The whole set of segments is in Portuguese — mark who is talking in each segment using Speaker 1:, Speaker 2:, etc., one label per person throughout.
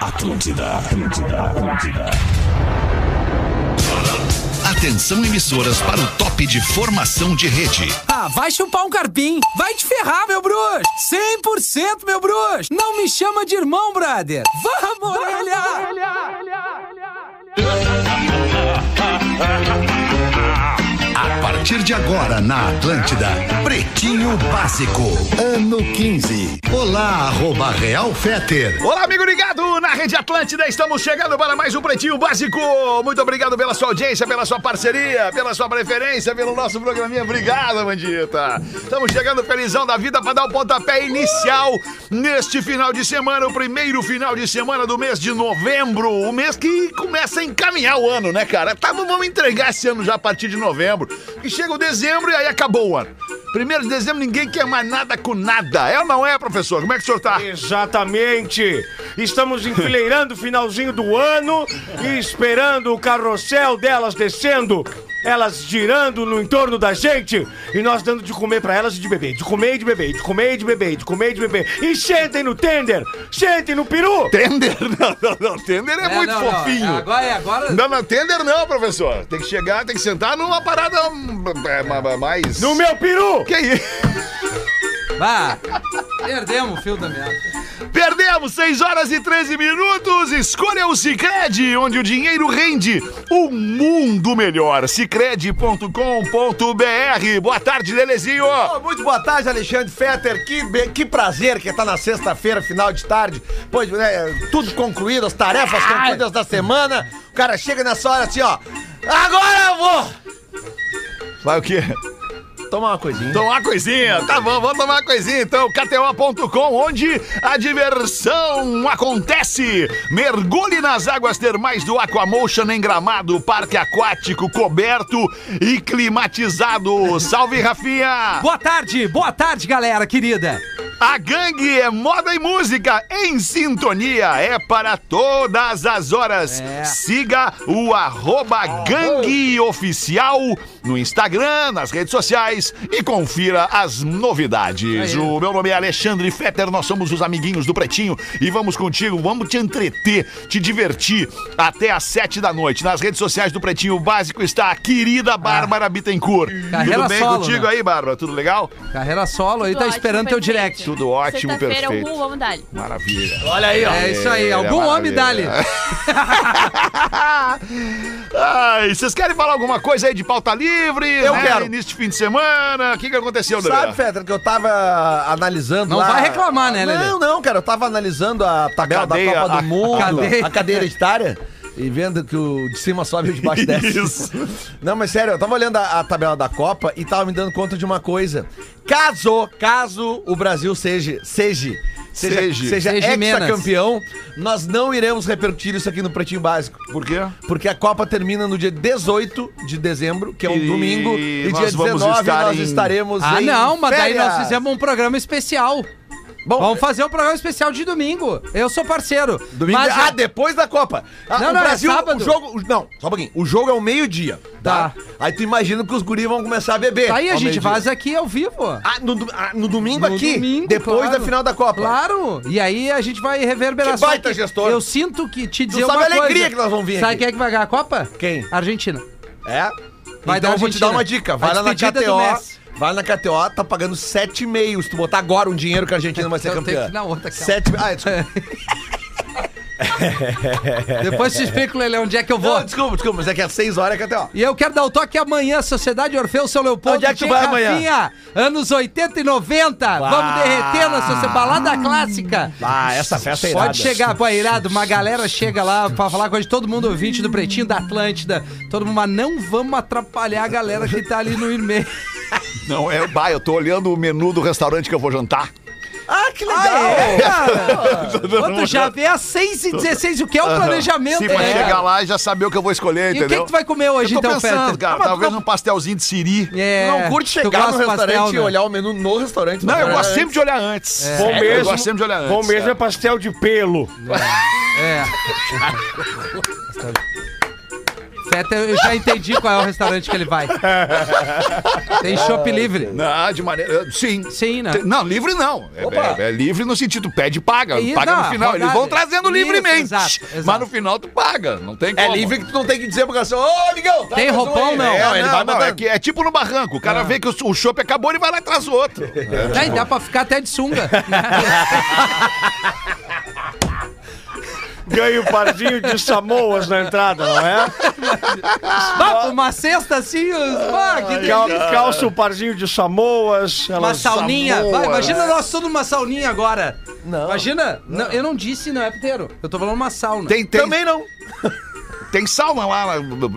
Speaker 1: Atlântida, Atlântida, Atlântida.
Speaker 2: Atenção emissoras para o top de formação de rede.
Speaker 3: Ah, vai chupar um carpim. Vai te ferrar, meu bruxo. 100% meu bruxo. Não me chama de irmão, brother. Vamos, orelha.
Speaker 2: A partir de agora na Atlântida, Pretinho Básico, ano 15. Olá, arroba Real Feter.
Speaker 4: Olá, amigo ligado na Rede Atlântida. Estamos chegando para mais um Pretinho Básico. Muito obrigado pela sua audiência, pela sua parceria, pela sua preferência, pelo nosso programinha. Obrigado, Mandita. Estamos chegando felizão da vida para dar o pontapé inicial neste final de semana, o primeiro final de semana do mês de novembro. O mês que começa a encaminhar o ano, né, cara? Tá, vamos entregar esse ano já a partir de novembro. E chega o dezembro e aí acabou o ano. Primeiro de dezembro ninguém quer mais nada com nada. É ou não é, professor? Como é que o senhor tá?
Speaker 5: Exatamente! Estamos enfileirando o finalzinho do ano e esperando o carrossel delas descendo, elas girando no entorno da gente e nós dando de comer pra elas e de beber, de comer e de beber, de comer e de beber, de comer e de beber. E sentem no tender, sentem no peru!
Speaker 4: Tender? Não, não, não. Tender é, muito
Speaker 3: não, não.
Speaker 4: fofinho.
Speaker 3: É,
Speaker 4: Não.
Speaker 3: Agora é agora.
Speaker 4: Não, Tender não, professor. Tem que chegar, tem que sentar numa parada hum, é, ma- ma- mais.
Speaker 5: No meu peru!
Speaker 4: Que isso?
Speaker 3: Vá. Perdemos o fio da merda.
Speaker 4: Perdemos 6 horas e 13 minutos. Escolha o Cicred, onde o dinheiro rende um mundo melhor. Cicred.com.br. Boa tarde, Lelezinho.
Speaker 6: Ô, Então, Muito boa tarde, Alexandre Fetter. Que, be- que prazer que tá na sexta-feira, final de tarde. Pois, né, tudo concluído, as tarefas concluídas da semana. O cara chega nessa hora assim, ó. Agora eu vou!
Speaker 4: Vai o quê?
Speaker 6: Toma uma coisinha.
Speaker 4: Tomar uma coisinha, tá bom, vamos tomar uma coisinha então. KTO.com, onde a diversão acontece. Mergulhe nas águas termais do Aquamotion em Gramado, parque aquático coberto e climatizado. Salve, Rafinha!
Speaker 3: Boa tarde, boa tarde, galera querida.
Speaker 4: A gangue é moda e música em sintonia, é para todas as horas.
Speaker 3: É.
Speaker 4: Siga o arroba gangue oficial no Instagram, nas redes sociais e confira as novidades.
Speaker 3: Aí.
Speaker 4: O meu nome é Alexandre Fetter, nós somos os amiguinhos do Pretinho e vamos contigo, vamos te entreter, te divertir até às sete da noite. Nas redes sociais do Pretinho Básico está a querida Bárbara Bittencourt.
Speaker 3: Ah. Carreira
Speaker 4: Tudo bem
Speaker 3: solo,
Speaker 4: contigo
Speaker 3: né?
Speaker 4: aí, Bárbara? Tudo legal?
Speaker 3: Carreira solo aí,
Speaker 7: Tudo
Speaker 3: tá
Speaker 7: ótimo,
Speaker 3: esperando teu
Speaker 7: perfeito.
Speaker 3: direct.
Speaker 4: Tudo ótimo,
Speaker 7: Sexta-feira,
Speaker 4: perfeito.
Speaker 7: uhul, vamos dar.
Speaker 4: Maravilha.
Speaker 6: Olha aí, ó.
Speaker 3: É isso aí, algum homem dá-lhe.
Speaker 4: Ai, vocês querem falar alguma coisa aí de pauta livre? né,
Speaker 6: Eu quero.
Speaker 4: Início de fim de semana. O que, que aconteceu,
Speaker 6: Sabe,
Speaker 4: Daniel?
Speaker 6: Fetter, que eu tava analisando
Speaker 3: Não
Speaker 6: lá...
Speaker 3: vai reclamar, né, Lelê?
Speaker 6: Não, não, cara. Eu tava analisando a tabela
Speaker 4: cadeia,
Speaker 6: da Copa
Speaker 4: a-
Speaker 6: do Mundo,
Speaker 3: a cadeia.
Speaker 6: a cadeia hereditária. E vendo que o de cima sobe e o de baixo desce.
Speaker 4: Isso.
Speaker 6: Não, mas sério, eu tava olhando a, a tabela da Copa e tava me dando conta de uma coisa. Caso, caso o Brasil seja, seja, seja,
Speaker 4: Seja.
Speaker 6: seja,
Speaker 3: Seja Minas.
Speaker 6: campeão, nós não iremos repercutir isso aqui no Pretinho Básico.
Speaker 4: Por quê?
Speaker 6: Porque a Copa termina no dia 18 de dezembro, que é um
Speaker 4: E
Speaker 6: domingo, e
Speaker 4: nós
Speaker 6: dia
Speaker 4: vamos
Speaker 6: 19
Speaker 4: estar
Speaker 6: nós
Speaker 4: em-
Speaker 6: estaremos
Speaker 3: Ah,
Speaker 6: em
Speaker 3: não, mas daí
Speaker 6: férias.
Speaker 3: nós fizemos um programa especial.
Speaker 6: Bom,
Speaker 3: Vamos fazer um programa especial de domingo. Eu sou parceiro.
Speaker 6: Domingo
Speaker 3: mas, é
Speaker 6: Ah, depois da Copa. Ah,
Speaker 3: Não,
Speaker 6: o
Speaker 3: não, é
Speaker 6: Brasil,
Speaker 3: sábado.
Speaker 6: o jogo. o- Não, só um pouquinho. O jogo é ao meio-dia. Tá.
Speaker 3: Tá.
Speaker 6: Aí tu imagina que os guris vão começar a beber.
Speaker 3: Aí a
Speaker 6: ao
Speaker 3: gente
Speaker 6: meio-dia.
Speaker 3: vaza aqui ao vivo.
Speaker 6: Ah, no, do- ah, no domingo
Speaker 3: No
Speaker 6: aqui,
Speaker 3: domingo,
Speaker 6: depois
Speaker 3: claro.
Speaker 6: da final da Copa.
Speaker 3: Claro, e aí a gente vai reverberar.
Speaker 6: Que baita
Speaker 3: Só
Speaker 6: gestor.
Speaker 3: Eu sinto que te dizer
Speaker 6: sabe
Speaker 3: uma
Speaker 6: a alegria
Speaker 3: coisa.
Speaker 6: que nós vamos vir
Speaker 3: Sabe
Speaker 6: aqui.
Speaker 3: quem é que vai ganhar a Copa?
Speaker 6: Quem?
Speaker 3: Argentina.
Speaker 6: É?
Speaker 3: Vai
Speaker 6: então
Speaker 3: dar
Speaker 6: eu vou te
Speaker 3: Argentina.
Speaker 6: dar uma dica. Vai
Speaker 3: A
Speaker 6: lá na
Speaker 3: despedida do Messi.
Speaker 6: KTO. Vai lá na KTO, tá pagando 7,5. Se tu botar agora um dinheiro que a Argentina vai ser
Speaker 3: Eu tenho
Speaker 6: campeã.
Speaker 3: Então que ir na outra, calma.
Speaker 6: Sete- Ah, desculpa.
Speaker 3: Depois te explico, Lele, onde é que eu vou.
Speaker 6: É. Não, desculpa, desculpa, mas é que às 6 horas é KTO.
Speaker 3: E eu quero dar o toque amanhã, Sociedade Orfeu São Leopoldo.
Speaker 6: Onde é que tu
Speaker 3: Tinha
Speaker 6: vai amanhã?
Speaker 3: Rafinha, anos 80 e 90. Vamos derreter na sociedade. Balada clássica.
Speaker 6: Ah, essa festa é irada.
Speaker 3: Pode chegar, pô, é irado. Uma galera chega lá pra falar com a gente. Todo mundo ouvinte do Pretinho da Atlântida. Todo mundo, mas não vamos atrapalhar a galera que tá ali no e-mail.
Speaker 4: Não, é. Bah, eu tô olhando o menu do restaurante que eu vou jantar.
Speaker 6: Ah, que legal.
Speaker 3: Ah, é, cara? Pô, tu já vê às 6h16 o que é o planejamento,
Speaker 4: Sim, pra
Speaker 3: né,
Speaker 4: chegar
Speaker 3: cara?
Speaker 4: lá e já saber o que eu vou
Speaker 3: E o
Speaker 4: escolher, entendeu?
Speaker 3: que, que tu vai comer hoje,
Speaker 4: eu tô
Speaker 3: então,
Speaker 4: pensando,
Speaker 3: Peter?
Speaker 4: cara,
Speaker 6: Ah, mas tu
Speaker 4: talvez
Speaker 6: não-
Speaker 4: um pastelzinho de siri.
Speaker 3: É,
Speaker 6: Não curte
Speaker 3: tu
Speaker 6: chegar
Speaker 3: gosta
Speaker 6: no
Speaker 3: de
Speaker 6: restaurante
Speaker 3: pastel,
Speaker 6: e
Speaker 3: né?
Speaker 6: olhar o menu no restaurante. tá
Speaker 4: Não, eu
Speaker 6: Cara,
Speaker 4: gosto sempre de olhar antes.
Speaker 3: É.
Speaker 5: Bom
Speaker 4: Sério, É, Eu
Speaker 5: mesmo,
Speaker 4: gosto sempre de olhar antes.
Speaker 5: bom mesmo é pastel de pelo.
Speaker 3: É. Feta, eu já entendi qual é o restaurante que ele vai. Tem shopping livre.
Speaker 4: Ah, de maneira. Sim.
Speaker 3: Sim, né?
Speaker 4: Te- Não, livre não. É, é- é livre no sentido, pede e paga.
Speaker 3: Isso,
Speaker 4: paga no
Speaker 3: não,
Speaker 4: final. Eles
Speaker 3: rodada.
Speaker 4: vão trazendo
Speaker 3: Isso,
Speaker 4: livremente.
Speaker 3: exato,
Speaker 4: Mas
Speaker 3: exato.
Speaker 4: no final tu paga. Não tem
Speaker 6: É
Speaker 4: como.
Speaker 6: livre que tu não tem que dizer pro garçom, ô, amigão! traz
Speaker 3: Tem
Speaker 6: mais um
Speaker 3: roupão,
Speaker 6: aí."
Speaker 3: não?
Speaker 4: É,
Speaker 6: Não, ele
Speaker 4: não,
Speaker 6: vai Ah.
Speaker 4: não,
Speaker 6: mandar.
Speaker 4: é, que- é tipo no barranco. O cara vê que o, o chopp acabou, ele vai lá e traz outro.
Speaker 3: Dá, e dá pra ficar até de sunga. né?
Speaker 5: Ganha o pardinho de Samoas na entrada, não é?
Speaker 3: Bah, uma cesta assim, os- bah, que
Speaker 5: Cal,
Speaker 3: delícia.
Speaker 5: calça o pardinho de Samoas.
Speaker 3: Uma
Speaker 5: Elas...
Speaker 3: sauninha.
Speaker 4: Samoa.
Speaker 3: Vai, imagina nós todos numa sauninha agora.
Speaker 6: Não.
Speaker 3: Imagina. Não, eu não disse, não é inteiro. Eu tô falando uma sauna.
Speaker 4: Tem, tem,
Speaker 6: Também não.
Speaker 4: tem sauna lá no, no-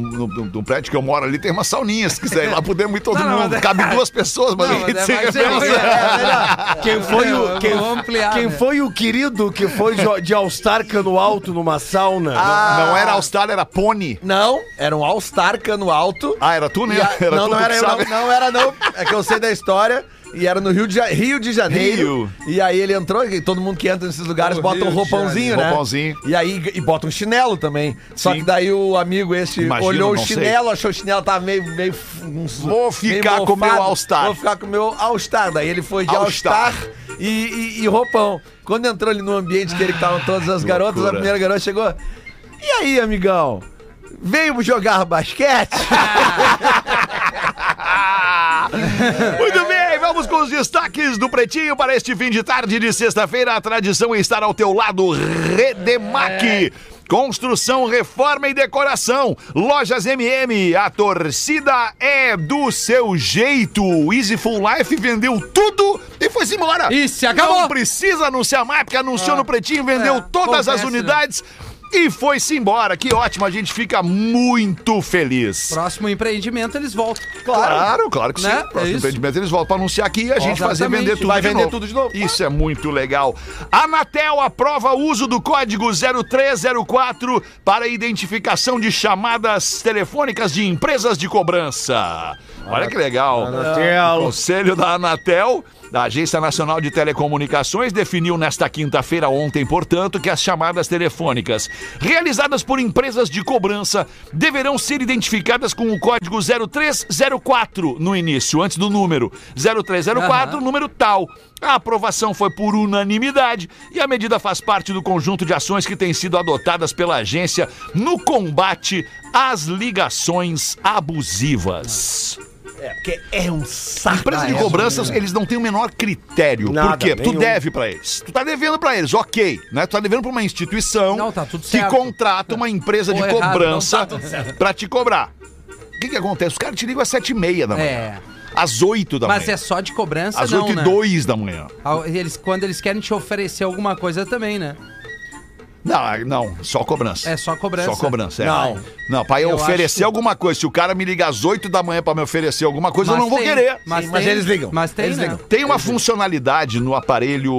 Speaker 4: no- no- no prédio que eu moro ali, tem uma sauninha. Se quiser ir lá, podemos ir todo
Speaker 3: Não, não,
Speaker 4: mundo.
Speaker 6: é
Speaker 3: mas-
Speaker 4: Cabe duas pessoas, mas
Speaker 3: Não,
Speaker 4: a gente
Speaker 3: mas é
Speaker 4: fica
Speaker 3: mais- é,
Speaker 4: pensando.
Speaker 3: é,
Speaker 5: Quem foi
Speaker 3: Eu-
Speaker 5: o
Speaker 3: eu
Speaker 5: quem,
Speaker 3: vou ampliar,
Speaker 5: quem
Speaker 3: né?
Speaker 5: foi o querido que foi de, de All-Star cano alto numa sauna?
Speaker 6: Ah,
Speaker 4: Não
Speaker 6: né?
Speaker 4: era All-Star, era Pony.
Speaker 6: Não, era um All-Star cano alto.
Speaker 4: Ah, era tu, né?
Speaker 6: E a-
Speaker 4: Era
Speaker 6: não,
Speaker 4: tu
Speaker 6: não
Speaker 4: que
Speaker 6: era eu, não,
Speaker 4: sabe.
Speaker 6: não era não. É que eu sei da história. E era no Rio de, Ja- Rio de Janeiro. E aí ele entrou, e todo mundo que entra nesses lugares
Speaker 3: No
Speaker 6: bota um
Speaker 3: Rio de
Speaker 6: roupãozinho,
Speaker 4: Janeiro.
Speaker 6: né?
Speaker 4: Roupãozinho.
Speaker 6: E aí e bota um chinelo também. Só
Speaker 4: Sim.
Speaker 6: que daí o amigo esse
Speaker 4: Imagino,
Speaker 6: olhou o
Speaker 4: não sei.
Speaker 6: chinelo, achou o chinelo tava meio. meio f- uns-
Speaker 4: Vou ficar
Speaker 6: meio
Speaker 4: com o meu
Speaker 6: mofado.
Speaker 4: All-Star.
Speaker 6: Vou ficar com o meu All-Star. Daí ele foi de
Speaker 4: All-Star.
Speaker 6: All-Star e, e- e roupão. Quando entrou ali no ambiente que ele estavam todas as garotas, a
Speaker 4: loucura.
Speaker 6: primeira garota chegou. E aí, amigão? Veio jogar basquete?
Speaker 4: Muito bem, vamos com os destaques do Pretinho para este fim de tarde de sexta-feira. A tradição é estar ao teu lado, Redemac.
Speaker 3: É.
Speaker 4: Construção, reforma e decoração. Lojas MM, a torcida é do seu jeito. Easy Full Life vendeu tudo e foi embora.
Speaker 3: E se acabou.
Speaker 4: Não precisa anunciar mais, porque anunciou no Pretinho, vendeu
Speaker 3: é,
Speaker 4: todas as
Speaker 3: acontece, né?
Speaker 4: unidades e foi-se embora. Que ótimo, a gente fica muito feliz.
Speaker 3: Próximo empreendimento, eles voltam.
Speaker 4: Claro, claro que
Speaker 3: Né?
Speaker 4: sim. Próximo
Speaker 3: É isso.
Speaker 4: empreendimento eles voltam para anunciar aqui e a gente fazer
Speaker 3: Exatamente.
Speaker 4: vender tudo
Speaker 6: Vai
Speaker 4: de
Speaker 6: vender
Speaker 4: novo.
Speaker 6: tudo de novo.
Speaker 4: Isso é muito legal. Anatel aprova o uso do código 0304 para identificação de chamadas telefônicas de empresas de cobrança. Olha que legal. O
Speaker 5: Anatel.
Speaker 4: Conselho da Anatel, da Agência Nacional de Telecomunicações, definiu nesta quinta-feira, ontem, portanto, que as chamadas telefônicas realizadas por empresas de cobrança deverão ser identificadas com o código 0304 no início, antes do número 0304,
Speaker 3: Aham.
Speaker 4: número tal. A aprovação foi por unanimidade e a medida faz parte do conjunto de ações que têm sido adotadas pela agência no combate às ligações abusivas.
Speaker 6: Porque é um saco.
Speaker 4: Empresa de cobranças, eles não têm o menor critério.
Speaker 5: Nada,
Speaker 4: Por quê? Tu
Speaker 5: nenhum.
Speaker 4: deve pra eles. Tu tá devendo pra eles, ok. Né? Tu tá devendo pra uma instituição
Speaker 3: Não, tá tudo
Speaker 4: que
Speaker 3: certo.
Speaker 4: contrata uma empresa de
Speaker 3: Ou errado,
Speaker 4: cobrança
Speaker 3: não tá tudo
Speaker 4: pra te cobrar. O que que acontece? Os caras te ligam às sete e meia da manhã.
Speaker 3: É.
Speaker 4: Às oito da
Speaker 3: Mas é
Speaker 4: manhã.
Speaker 3: só de cobrança,
Speaker 4: Às
Speaker 3: não,
Speaker 4: oito e
Speaker 3: né?
Speaker 4: dois da manhã.
Speaker 3: Ah, Eles, quando eles querem te oferecer alguma coisa também, né?
Speaker 4: Não, é, não, só cobrança.
Speaker 3: É só cobrança.
Speaker 4: Só cobrança, é.
Speaker 6: Não.
Speaker 4: Não, pra eu,
Speaker 3: Eu
Speaker 4: oferecer
Speaker 3: acho-
Speaker 4: alguma coisa, se o cara me liga às oito da manhã pra me oferecer alguma coisa, eu não vou
Speaker 3: tem,
Speaker 4: querer.
Speaker 3: Mas,
Speaker 6: Sim, mas
Speaker 3: tem,
Speaker 6: eles ligam.
Speaker 3: Mas tem,
Speaker 6: Eles
Speaker 3: né?
Speaker 6: ligam.
Speaker 4: Tem uma funcionalidade no aparelho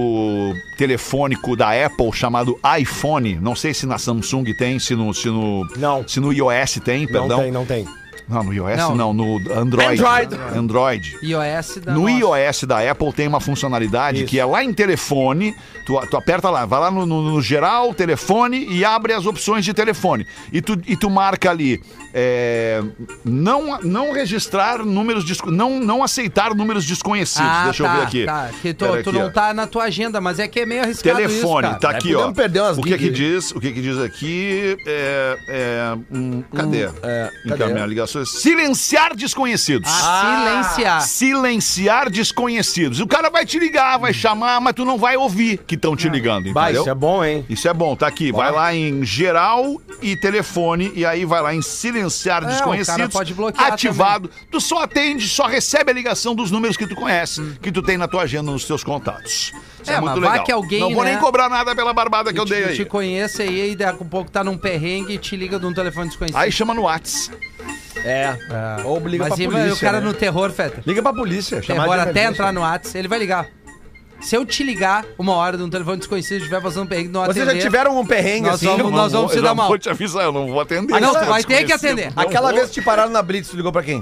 Speaker 4: telefônico da Apple chamado iPhone. Não sei se na Samsung tem, se no. Se no,
Speaker 5: Não.
Speaker 4: Se no iOS tem,
Speaker 5: Não
Speaker 4: perdão.
Speaker 5: tem, não tem.
Speaker 4: Não, no iOS não,
Speaker 3: Não.
Speaker 4: no Android.
Speaker 6: Android.
Speaker 4: Android.
Speaker 3: iOS da
Speaker 4: No
Speaker 3: nossa.
Speaker 4: iOS da Apple tem uma funcionalidade que é lá em telefone, tu, tu aperta lá, vai lá no, no- no geral, telefone e abre as opções de telefone. E tu, e tu marca ali, é, não, não registrar números, desco- não, não aceitar números desconhecidos.
Speaker 3: Ah,
Speaker 4: Deixa
Speaker 3: tá,
Speaker 4: eu ver aqui.
Speaker 3: Tá, que tu,
Speaker 4: Pera
Speaker 3: tu
Speaker 4: aqui,
Speaker 3: não
Speaker 4: ó.
Speaker 3: tá na tua agenda, mas é que é meio arriscado
Speaker 4: Telefone,
Speaker 3: isso, cara.
Speaker 4: tá aqui, ó.
Speaker 6: podemos perder umas
Speaker 4: o que que
Speaker 6: gig.
Speaker 4: diz? O que que diz aqui? É, é,
Speaker 3: Um,
Speaker 4: hum, cadê?
Speaker 6: é, cadê?
Speaker 4: Encaminhar ligações. Silenciar desconhecidos.
Speaker 3: Ah, silenciar.
Speaker 4: Silenciar desconhecidos. O cara vai te ligar, vai chamar, mas tu não vai ouvir que estão
Speaker 3: Ah,
Speaker 4: te ligando,
Speaker 5: Vai,
Speaker 4: entendeu?
Speaker 5: isso é bom, hein?
Speaker 4: Isso é bom, tá aqui. Vai lá em geral e telefone, e aí vai lá em silenciar
Speaker 3: É,
Speaker 4: desconhecidos.
Speaker 3: o cara pode bloquear
Speaker 4: ativado. Tu só atende, só recebe a ligação dos números que tu conhece, que tu tem na tua agenda, nos teus contatos. Isso é,
Speaker 3: Hum. É,
Speaker 4: muito
Speaker 3: mas vai
Speaker 4: legal.
Speaker 3: que alguém,
Speaker 4: Não vou
Speaker 3: né,
Speaker 4: nem cobrar nada pela barbada que eu
Speaker 3: te,
Speaker 4: dei
Speaker 3: te
Speaker 4: aí.
Speaker 3: conhece aí e daqui a pouco tá num perrengue e te liga de um telefone desconhecido.
Speaker 4: Aí chama no Whats.
Speaker 6: É. Ou liga
Speaker 3: mas
Speaker 6: pra
Speaker 3: e
Speaker 6: polícia.
Speaker 3: o cara
Speaker 6: né?
Speaker 3: no terror, Feta.
Speaker 6: Liga pra polícia. chamar
Speaker 3: Terror
Speaker 6: de
Speaker 3: até
Speaker 6: emergência.
Speaker 3: entrar no Whats, ele vai ligar. Se eu te ligar uma hora de um telefone desconhecido, estiver passando um perrengue no
Speaker 6: Vocês já tiveram um perrengue
Speaker 3: Nós
Speaker 6: assim?
Speaker 3: vamos- Então nós vamos se
Speaker 4: eu
Speaker 3: dar
Speaker 4: não
Speaker 3: mal.
Speaker 4: vou te avisar, eu não vou atender.
Speaker 3: Ah, não,
Speaker 4: Esse
Speaker 3: tu vai ter que
Speaker 4: desconhecido.
Speaker 3: atender.
Speaker 6: Aquela vez que te pararam na Blitz, tu ligou pra quem?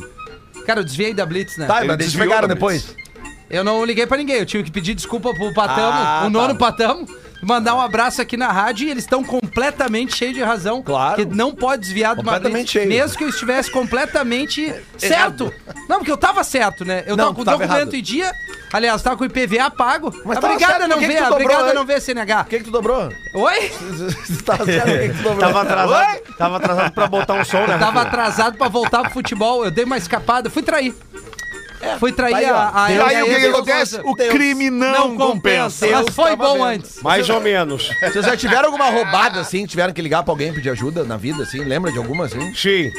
Speaker 3: Cara, eu desviei da Blitz, né?
Speaker 6: Tá,
Speaker 4: Ele
Speaker 6: mas eles
Speaker 4: desviou
Speaker 6: pegaram
Speaker 4: da
Speaker 6: depois.
Speaker 4: Blitz.
Speaker 3: Eu não liguei pra ninguém, eu tive que pedir desculpa pro Patamo,
Speaker 6: Ah,
Speaker 3: o nono
Speaker 6: tá.
Speaker 3: Patamo.
Speaker 7: mandar um abraço aqui na rádio e eles estão completamente cheios de razão.
Speaker 6: Claro.
Speaker 7: Que não pode desviar do
Speaker 6: Completamente cheio.
Speaker 7: Mesmo que eu estivesse completamente certo. Não, porque eu tava certo, né? Eu
Speaker 6: Não,
Speaker 7: tava com
Speaker 6: tu tava
Speaker 7: documento
Speaker 6: errado.
Speaker 7: em dia. Aliás, tava com o IPVA pago.
Speaker 6: Mas tava
Speaker 7: obrigado
Speaker 6: certo,
Speaker 7: a não
Speaker 6: por que que
Speaker 7: ver,
Speaker 6: tu dobrou,
Speaker 7: obrigado a
Speaker 6: hein?
Speaker 7: não ver CNH.
Speaker 6: O que que tu dobrou?
Speaker 7: Oi?
Speaker 6: Tava certo, o que que tu dobrou?
Speaker 5: Tava atrasado, tava atrasado pra botar um som, né?
Speaker 7: Eu tava
Speaker 5: Rafinha?
Speaker 7: atrasado pra voltar pro futebol, eu dei uma escapada, fui trair. fui trair
Speaker 6: tá aí, ó.
Speaker 7: a, a
Speaker 6: Aí
Speaker 4: Aí
Speaker 3: é
Speaker 4: o
Speaker 7: a-
Speaker 4: que, que
Speaker 7: Deus
Speaker 4: acontece?
Speaker 7: gosta.
Speaker 4: O
Speaker 6: Deus
Speaker 4: crime não, compensa.
Speaker 7: Mas
Speaker 6: Deus
Speaker 7: foi
Speaker 6: tava
Speaker 7: bom
Speaker 6: vendo.
Speaker 7: antes.
Speaker 5: Mais ou menos.
Speaker 6: Vocês já tiveram alguma roubada, assim? Tiveram que ligar pra alguém pedir ajuda na vida, assim? Lembra de alguma, assim?
Speaker 5: Sim.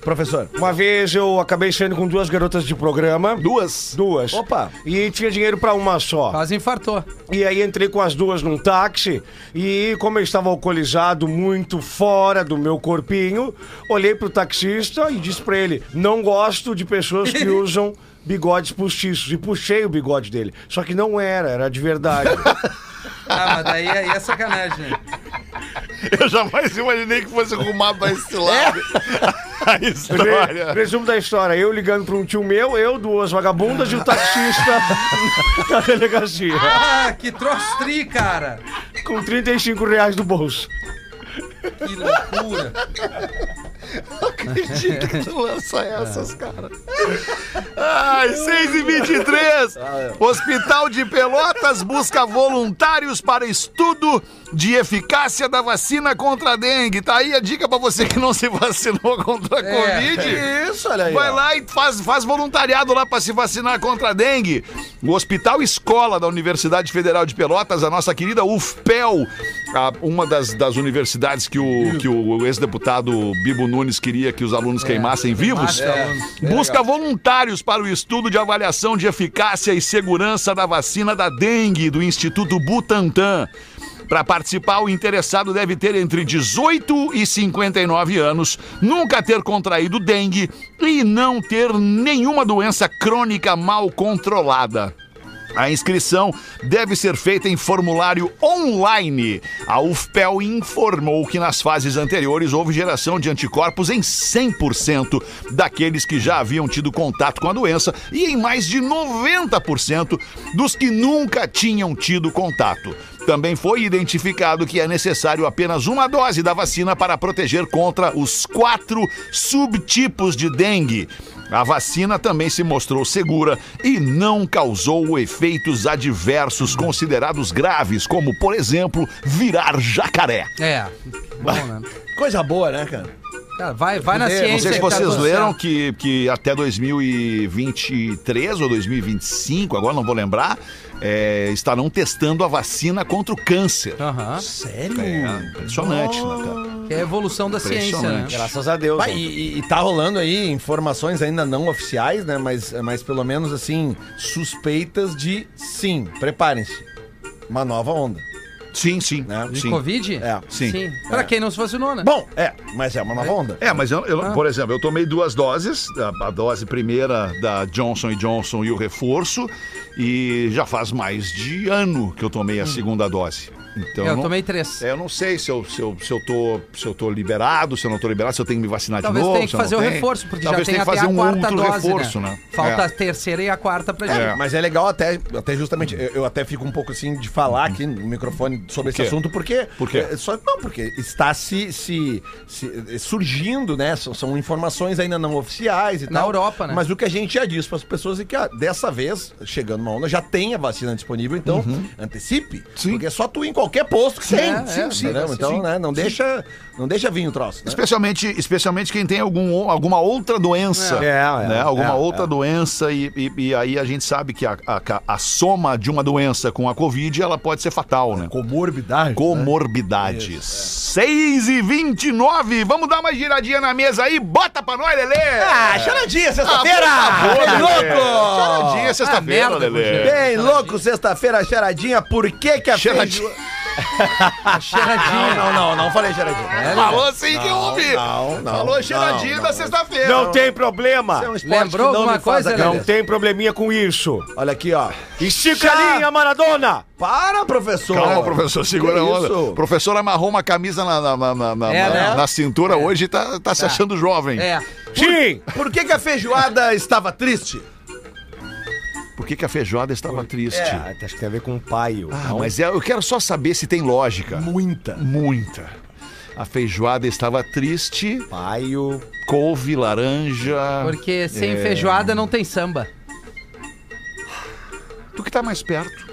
Speaker 6: Professor.
Speaker 5: Uma vez eu acabei saindo com duas garotas de programa.
Speaker 4: Duas.
Speaker 5: Duas.
Speaker 6: Opa.
Speaker 5: E tinha dinheiro pra uma só.
Speaker 7: Quase infartou.
Speaker 5: E aí entrei com as duas num táxi e como eu estava alcoolizado, muito fora do meu corpinho, olhei pro taxista e disse pra ele: "Não gosto de pessoas que usam bigodes postiços". E puxei o bigode dele. Só que não era, era de verdade.
Speaker 7: Ah, mas daí aí é sacanagem. né?
Speaker 4: Eu jamais imaginei que fosse arrumar pra esse lado. A história.
Speaker 5: Resumo da história, eu ligando pra um tio meu, eu duas vagabundas e o taxista na delegacia
Speaker 7: Ah, que trostri, cara.
Speaker 5: com 35 reais no bolso.
Speaker 7: Que loucura.
Speaker 4: acredito que tu lança essas, cara. Ai, 6 e 23 Hospital de Pelotas busca voluntários para estudo de eficácia da vacina contra a dengue. Tá aí a dica pra você que não se vacinou contra a
Speaker 7: É.
Speaker 4: Covid.
Speaker 6: Isso, olha aí.
Speaker 4: Vai
Speaker 6: ó.
Speaker 4: lá e faz, faz voluntariado lá para se vacinar contra a dengue. O Hospital Escola da Universidade Federal de Pelotas, a nossa querida UFPEL, a- uma das, das universidades que o, que o ex-deputado Bibo Nunes queria que os
Speaker 6: É,
Speaker 4: alunos queimassem vivos,
Speaker 7: mata alunos.
Speaker 4: busca voluntários para o estudo de avaliação de eficácia e segurança da vacina da dengue do Instituto Butantan. Para participar, o interessado deve ter entre 18 e 59 anos, nunca ter contraído dengue e não ter nenhuma doença crônica mal controlada. A inscrição deve ser feita em formulário online. A UFPEL informou que nas fases anteriores houve geração de anticorpos em 100% daqueles que já haviam tido contato com a doença e em mais de 90% dos que nunca tinham tido contato. Também foi identificado que é necessário apenas uma dose da vacina para proteger contra os quatro subtipos de dengue. A vacina também se mostrou segura e não causou efeitos adversos considerados graves, como, por exemplo, virar jacaré.
Speaker 7: É. Bom, né?
Speaker 6: Coisa boa, né, cara?
Speaker 7: Cara, vai, vai na
Speaker 6: Não sei
Speaker 7: ciência.
Speaker 4: Não sei se
Speaker 7: que tá
Speaker 4: vocês
Speaker 7: tudo
Speaker 4: leram
Speaker 7: certo.
Speaker 4: que, que até 2023 ou 2025, agora não vou lembrar, é, estarão testando a vacina contra o câncer.
Speaker 3: Tá.
Speaker 7: Aham.
Speaker 6: Sério?
Speaker 4: É, impressionante, né, cara?
Speaker 7: Que é a evolução da ciência, né?
Speaker 4: Impressionante.
Speaker 5: Graças a Deus.
Speaker 6: Vai, e, e- e tá rolando aí informações ainda não oficiais, né? Mas, mas pelo menos assim, suspeitas de sim, preparem-se. Uma nova onda.
Speaker 4: Sim, sim.
Speaker 6: Né?
Speaker 7: De
Speaker 4: sim.
Speaker 7: Covid?
Speaker 6: É,
Speaker 4: sim.
Speaker 7: Pra quem não se vacinou, né?
Speaker 6: Bom, é, mas é uma nova onda.
Speaker 4: É, mas eu, eu-
Speaker 7: Ah.
Speaker 4: por exemplo, eu tomei duas doses, a, a dose primeira da Johnson Johnson e o reforço, e já faz mais de ano que eu tomei a segunda dose. Então,
Speaker 7: Hum. eu
Speaker 4: não-
Speaker 7: tomei três.
Speaker 4: é, eu não sei se eu, se, eu, se, eu tô, se eu tô liberado, se eu não tô liberado, se eu tenho que me vacinar
Speaker 7: Talvez
Speaker 4: de novo.
Speaker 7: tenha que
Speaker 4: se eu não
Speaker 7: fazer o
Speaker 4: tenho.
Speaker 7: reforço, porque
Speaker 4: Talvez
Speaker 7: já
Speaker 4: tenha
Speaker 7: tem
Speaker 4: que
Speaker 7: até
Speaker 4: fazer
Speaker 7: a
Speaker 4: um
Speaker 7: quarta
Speaker 4: outro
Speaker 7: dose,
Speaker 4: reforço,
Speaker 7: né?
Speaker 4: né?
Speaker 7: Falta
Speaker 4: É.
Speaker 7: a terceira e a quarta pra gente.
Speaker 4: É.
Speaker 6: Mas é legal até, até justamente, eu, eu até fico um pouco assim de falar aqui no microfone sobre esse
Speaker 4: quê?
Speaker 6: assunto, porque.
Speaker 4: Por quê?
Speaker 6: é, só, não, porque está se, se, se- é, surgindo, né? São, são informações ainda não oficiais e
Speaker 7: Na
Speaker 6: tal.
Speaker 7: Europa, né?
Speaker 6: Mas o que a gente já disse para as pessoas é que ah, dessa vez, chegando uma onda, já tem a vacina disponível, então antecipe.
Speaker 4: Sim.
Speaker 6: Porque é só tu ir em qualquer posto que tem.
Speaker 7: é, Uhum. sim,
Speaker 6: entendeu?
Speaker 7: sim,
Speaker 6: Então,
Speaker 4: sim,
Speaker 6: né, não deixa, não deixa vir o troço.
Speaker 4: É.
Speaker 6: Né?
Speaker 4: Especialmente, especialmente quem tem algum, alguma outra doença.
Speaker 5: É, é,
Speaker 4: né? Alguma
Speaker 5: é,
Speaker 4: outra doença, e, e- e aí a gente sabe que a, a- a soma de uma doença com a Covid ela pode ser fatal, né?
Speaker 6: Comorbidade.
Speaker 4: Comorbidades.
Speaker 6: é.
Speaker 4: 6 e 29 Vamos dar uma giradinha na mesa aí. Bota pra nós, Lelê! Tá
Speaker 6: Ah, charadinha, sexta-feira!
Speaker 4: Lelê.
Speaker 6: Bem louco!
Speaker 4: Charadinha sexta-feira,
Speaker 7: Ah, merda,
Speaker 4: Lelê.
Speaker 6: Bem louco, sexta-feira, charadinha. Por que que a
Speaker 4: Charadinha.
Speaker 6: feijoada...
Speaker 7: Cheiradinha.
Speaker 6: Não, não, não falei charadinha.
Speaker 4: Falou assim que eu ouvi.
Speaker 6: não, não,
Speaker 4: Falou giradinha
Speaker 6: não,
Speaker 4: da
Speaker 6: não.
Speaker 4: sexta-feira.
Speaker 5: Não tem problema.
Speaker 7: Lembrou alguma coisa,
Speaker 6: um Não.
Speaker 7: Lelê?
Speaker 5: Não tem probleminha com isso.
Speaker 6: Olha aqui, ó.
Speaker 5: Estica a linha, Maradona!
Speaker 6: Para, professor.
Speaker 4: Calma, professor, segura a
Speaker 6: Que
Speaker 4: onda.
Speaker 6: isso?
Speaker 4: O professor amarrou uma camisa na, na, na, na, na-
Speaker 7: É, né?
Speaker 4: na cintura hoje e tá, tá se achando jovem.
Speaker 7: É.
Speaker 5: Sim!
Speaker 6: Por que que a feijoada estava triste?
Speaker 4: por que, que a feijoada estava triste.
Speaker 6: Ah,
Speaker 5: É, acho que tem a ver com o paio.
Speaker 4: Ah, mas é- eu quero só saber se tem lógica. Muita. Muita. A feijoada estava triste,
Speaker 5: Paio.
Speaker 4: couve, laranja.
Speaker 7: É,
Speaker 3: Porque sem
Speaker 4: É.
Speaker 3: feijoada não tem samba.
Speaker 4: Tu que tá mais perto.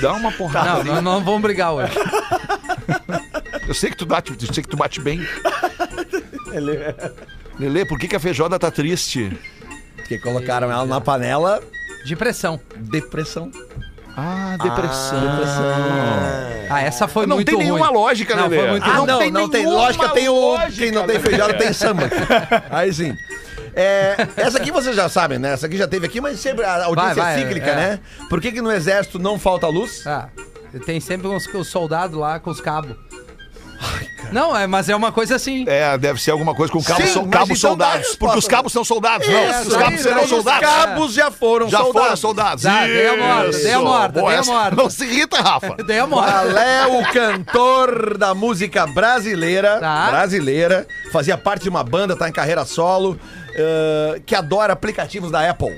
Speaker 4: Dá, uma porrada.
Speaker 3: Não, não, não vamos brigar hoje.
Speaker 4: Eu sei que tu bate, eu sei que tu bate bem. Lelê, por que, que a feijoada tá triste?
Speaker 6: Porque colocaram ela na panela,
Speaker 3: De pressão.
Speaker 6: depressão.
Speaker 4: Ah, depressão.
Speaker 3: Ah, essa foi
Speaker 4: É. Não
Speaker 3: muito
Speaker 4: tem
Speaker 3: ruim.
Speaker 4: nenhuma lógica,
Speaker 3: Não,
Speaker 4: Lelê.
Speaker 3: foi muito
Speaker 6: Ah, não,
Speaker 4: Não
Speaker 6: não
Speaker 4: tem
Speaker 6: tem,
Speaker 4: nenhuma
Speaker 6: lógica, tem o. Quem não tem
Speaker 4: lógica,
Speaker 6: feijoada tem samba. Aí sim. É, essa aqui vocês já sabem, né? Essa aqui já teve aqui, mas sempre a audiência
Speaker 3: Vai, vai,
Speaker 6: é cíclica,
Speaker 3: é.
Speaker 6: né? Por que, que no exército não falta luz?
Speaker 3: Ah, tem sempre uns, os soldados lá com os cabos. Não, é, mas é uma coisa assim.
Speaker 4: É, deve ser alguma coisa com cabos,
Speaker 6: Sim,
Speaker 4: são
Speaker 6: mas
Speaker 4: cabos
Speaker 6: então dá a
Speaker 4: soldados. Porque os
Speaker 6: resposta.
Speaker 4: cabos são soldados, não.
Speaker 6: Isso
Speaker 4: Os cabos
Speaker 3: aí,
Speaker 4: serão
Speaker 3: aí,
Speaker 4: soldados.
Speaker 6: Os cabos já foram
Speaker 4: Já
Speaker 6: soldados.
Speaker 4: foram soldados.
Speaker 3: Tá, dei a morta, dei a
Speaker 4: Isso.
Speaker 3: morta,
Speaker 4: Boa,
Speaker 3: dei a
Speaker 4: essa-
Speaker 3: morta.
Speaker 4: Não se irrita, Rafa.
Speaker 3: Dei a moral.
Speaker 6: Qual é o cantor da música brasileira?
Speaker 3: Tá.
Speaker 6: Brasileira. Fazia parte de uma banda, tá em carreira solo. eh, que adora aplicativos da Apple.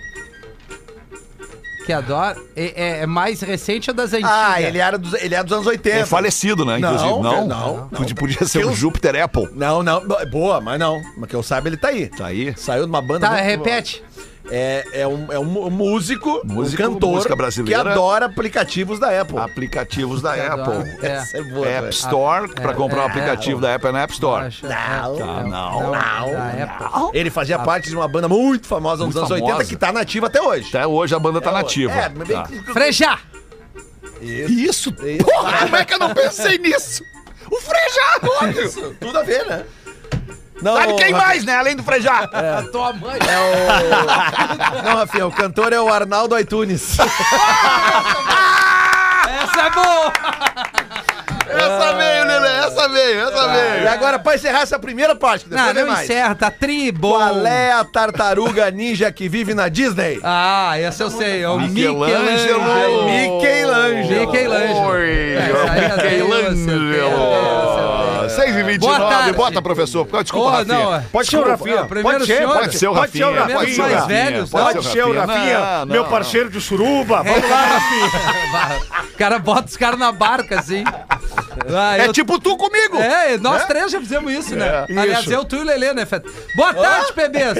Speaker 3: Que adora. É, é- é mais recente ou das antigas?
Speaker 6: Ah, ele, era dos, ele é dos anos 80.
Speaker 4: É falecido, né?
Speaker 6: Não,
Speaker 4: Inclusive, não.
Speaker 6: não,
Speaker 4: Podia- Podia ser um
Speaker 6: Eu-
Speaker 4: Júpiter Apple.
Speaker 6: Não, não. bo- Boa, mas não. Mas que eu saiba, ele tá aí.
Speaker 4: Tá aí.
Speaker 6: Saiu de uma banda.
Speaker 3: Tá,
Speaker 6: muito-
Speaker 3: repete.
Speaker 6: É, é, um, é um mu- músico,
Speaker 4: Músico,
Speaker 6: um cantor
Speaker 4: música brasileira.
Speaker 6: que adora aplicativos da Apple.
Speaker 4: Aplicativos da
Speaker 3: Adoro.
Speaker 4: Apple.
Speaker 3: É.
Speaker 6: é boa.
Speaker 4: App
Speaker 6: velho.
Speaker 4: Store,
Speaker 3: É,
Speaker 4: pra comprar
Speaker 3: é,
Speaker 4: um aplicativo da Apple é na App Store.
Speaker 3: Acho-
Speaker 6: Não,
Speaker 3: é,
Speaker 4: não,
Speaker 3: da- da Apple.
Speaker 6: Ele fazia parte de uma banda muito famosa nos
Speaker 4: Muito
Speaker 6: anos 80
Speaker 4: famosa.
Speaker 6: que tá nativa até hoje.
Speaker 4: Até hoje a banda tá nativa.
Speaker 6: É, mas bem
Speaker 4: Tá.
Speaker 3: Frejar!
Speaker 4: Isso! Porra, como é que eu não pensei nisso? O Frejá, óbvio!
Speaker 6: Tudo a ver, né? Não,
Speaker 4: Sabe quem
Speaker 6: Rafinha,
Speaker 4: mais, né? Além do Frejá.
Speaker 6: É.
Speaker 3: A tua mãe.
Speaker 6: o- Não, Rafinha, o cantor é o Arnaldo Aitunes.
Speaker 3: Essa é boa!
Speaker 4: Essa veio, Lelê, essa veio, essa
Speaker 6: e
Speaker 4: veio.
Speaker 6: agora, pra encerrar essa primeira parte, que depois
Speaker 3: Não,
Speaker 6: não, tem
Speaker 3: não
Speaker 6: mais.
Speaker 3: encerra, tá tri bom.
Speaker 6: Qual é a tartaruga ninja que vive na Disney?
Speaker 3: Ah, essa eu sei. É o
Speaker 4: Michelangelo. é
Speaker 3: Michelangelo.
Speaker 6: Michelangelo.
Speaker 3: Michelangelo. Essa aí, essa aí eu acertei, eu acertei, eu acertei.
Speaker 4: 6 e
Speaker 3: Boa
Speaker 4: 29
Speaker 3: tarde.
Speaker 4: bota, professor. Desculpa,
Speaker 3: Oh,
Speaker 4: Rafinha.
Speaker 3: não, é.
Speaker 5: Pode ser o
Speaker 3: Desculpa,
Speaker 5: Rafinha.
Speaker 3: ah, primeiro
Speaker 5: Pode ser,
Speaker 3: senhor.
Speaker 5: pode ser. Pode ser o
Speaker 4: Rafinha,
Speaker 5: Rafinha.
Speaker 4: pode ser o
Speaker 3: mais
Speaker 4: Rafinha,
Speaker 3: velhos,
Speaker 4: pode
Speaker 3: né?
Speaker 5: Pode ser o Rafinha,
Speaker 4: Não,
Speaker 5: meu
Speaker 4: não.
Speaker 5: parceiro de suruba. Vamos lá, Rafinha.
Speaker 3: O cara bota os caras na barca, assim. Ah,
Speaker 4: É
Speaker 3: eu-
Speaker 4: tipo tu comigo.
Speaker 3: É, nós três já fizemos isso, né? Aliás, eu, tu e o Lelê, né, Feta? Boa tarde, bebês!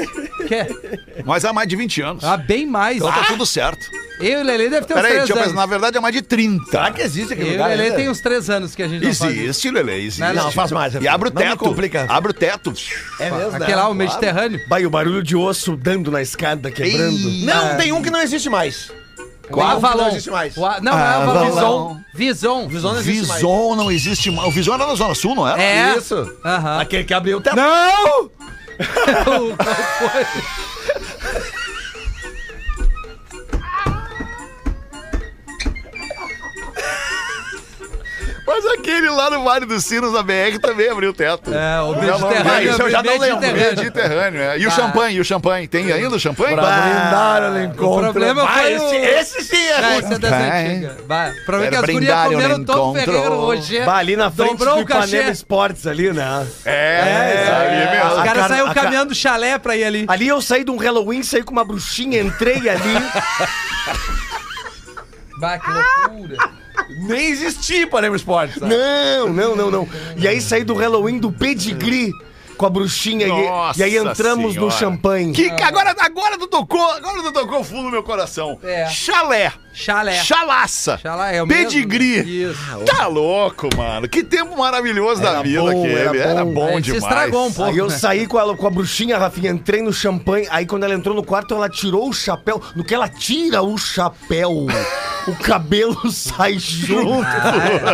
Speaker 3: Que...
Speaker 4: Mas há mais de 20 anos.
Speaker 3: Ah, bem mais.
Speaker 4: Então tá tudo certo.
Speaker 3: Eu e o Lelê deve ter uns
Speaker 4: Peraí,
Speaker 3: três
Speaker 4: deixa eu pensar.
Speaker 3: anos.
Speaker 4: Na verdade é mais de 30.
Speaker 6: Será que existe
Speaker 3: Eu e
Speaker 6: aquele
Speaker 3: o
Speaker 6: lugar? né?
Speaker 3: Lelê
Speaker 6: ainda?
Speaker 3: tem um uns três anos que a gente não faz isso.
Speaker 4: Existe, Lelê, existe.
Speaker 3: Então Não, não,
Speaker 6: faz mais,
Speaker 4: E abre o
Speaker 6: não me
Speaker 4: teto.
Speaker 6: complica.
Speaker 4: Abre o teto.
Speaker 6: É mesmo, né?
Speaker 3: Aquele lá, o
Speaker 6: Claro.
Speaker 3: Mediterrâneo.
Speaker 5: Vai, o barulho de osso dando na escada, quebrando.
Speaker 4: Ei,
Speaker 6: Não, tem um que não existe mais.
Speaker 3: O Avalon.
Speaker 6: Não existe mais.
Speaker 3: O A- Não, é o Avalon.
Speaker 4: Avalon.
Speaker 3: Vison. Vison.
Speaker 6: Visão não existe mais.
Speaker 4: Vison não existe mais. O Vison era na Zona Sul, não era?
Speaker 3: É.
Speaker 6: Isso.
Speaker 3: Aham.
Speaker 6: Aquele que abriu o teto.
Speaker 5: Não!
Speaker 3: O- qual foi?
Speaker 4: Mas aquele lá no Vale dos Sinos, na BR, também abriu o teto.
Speaker 3: É, o
Speaker 4: Ah,
Speaker 3: Mediterrâneo.
Speaker 6: isso eu já não lembro.
Speaker 3: Mediterrâneo.
Speaker 4: Mediterrâneo, é. E o
Speaker 3: Tá.
Speaker 4: champanhe, e o champanhe? Tem ainda o champanhe?
Speaker 6: Brindaram
Speaker 3: O problema
Speaker 6: Vai,
Speaker 3: foi o...
Speaker 6: esse, esse sim é
Speaker 3: Ah,
Speaker 6: ruim.
Speaker 3: essa é das
Speaker 4: Vai.
Speaker 3: antigas. Vai. O problema é que
Speaker 4: Era
Speaker 3: as gurias
Speaker 4: brindaram,
Speaker 3: comeram
Speaker 4: né?
Speaker 3: Tom Ferreiro
Speaker 4: Encontrou.
Speaker 3: hoje.
Speaker 5: Bah, ali na frente
Speaker 3: É. Dobrou
Speaker 5: do
Speaker 3: o cachê.
Speaker 5: Ipanema Esportes ali, né?
Speaker 4: É, é,
Speaker 5: é,
Speaker 4: é
Speaker 3: Os
Speaker 4: mesmo.
Speaker 5: a
Speaker 3: caras
Speaker 5: cara-
Speaker 3: saíram
Speaker 5: a cara-
Speaker 3: caminhando do chalé pra ir ali.
Speaker 5: Ali eu saí de um Halloween, saí com uma bruxinha, entrei ali.
Speaker 3: Bah, que loucura.
Speaker 6: Nem existia Panema Esportes. sabe?
Speaker 5: não, não, não, não. E aí saí do Halloween do pedigree com a bruxinha. e,
Speaker 4: Nossa
Speaker 5: e aí entramos no
Speaker 4: Senhora.
Speaker 5: champanhe.
Speaker 4: Que, agora, agora tu tocou, agora tu tocou o fundo do meu coração.
Speaker 3: É.
Speaker 4: Chalé.
Speaker 3: Chalé.
Speaker 4: Chalaça.
Speaker 3: Chalá é o mesmo?
Speaker 4: Pedigree.
Speaker 3: Isso.
Speaker 4: Tá louco, mano. Que tempo maravilhoso da vida
Speaker 5: bom,
Speaker 4: aquele. Era
Speaker 5: era
Speaker 4: bom,
Speaker 5: bom.
Speaker 3: É, se
Speaker 4: demais.
Speaker 3: estragou um pouco.
Speaker 5: Aí eu
Speaker 3: né?
Speaker 5: saí com, ela, com a bruxinha, Rafinha, entrei no champanhe. Aí quando ela entrou no quarto, ela tirou o chapéu. No que ela tira o chapéu, o cabelo sai junto.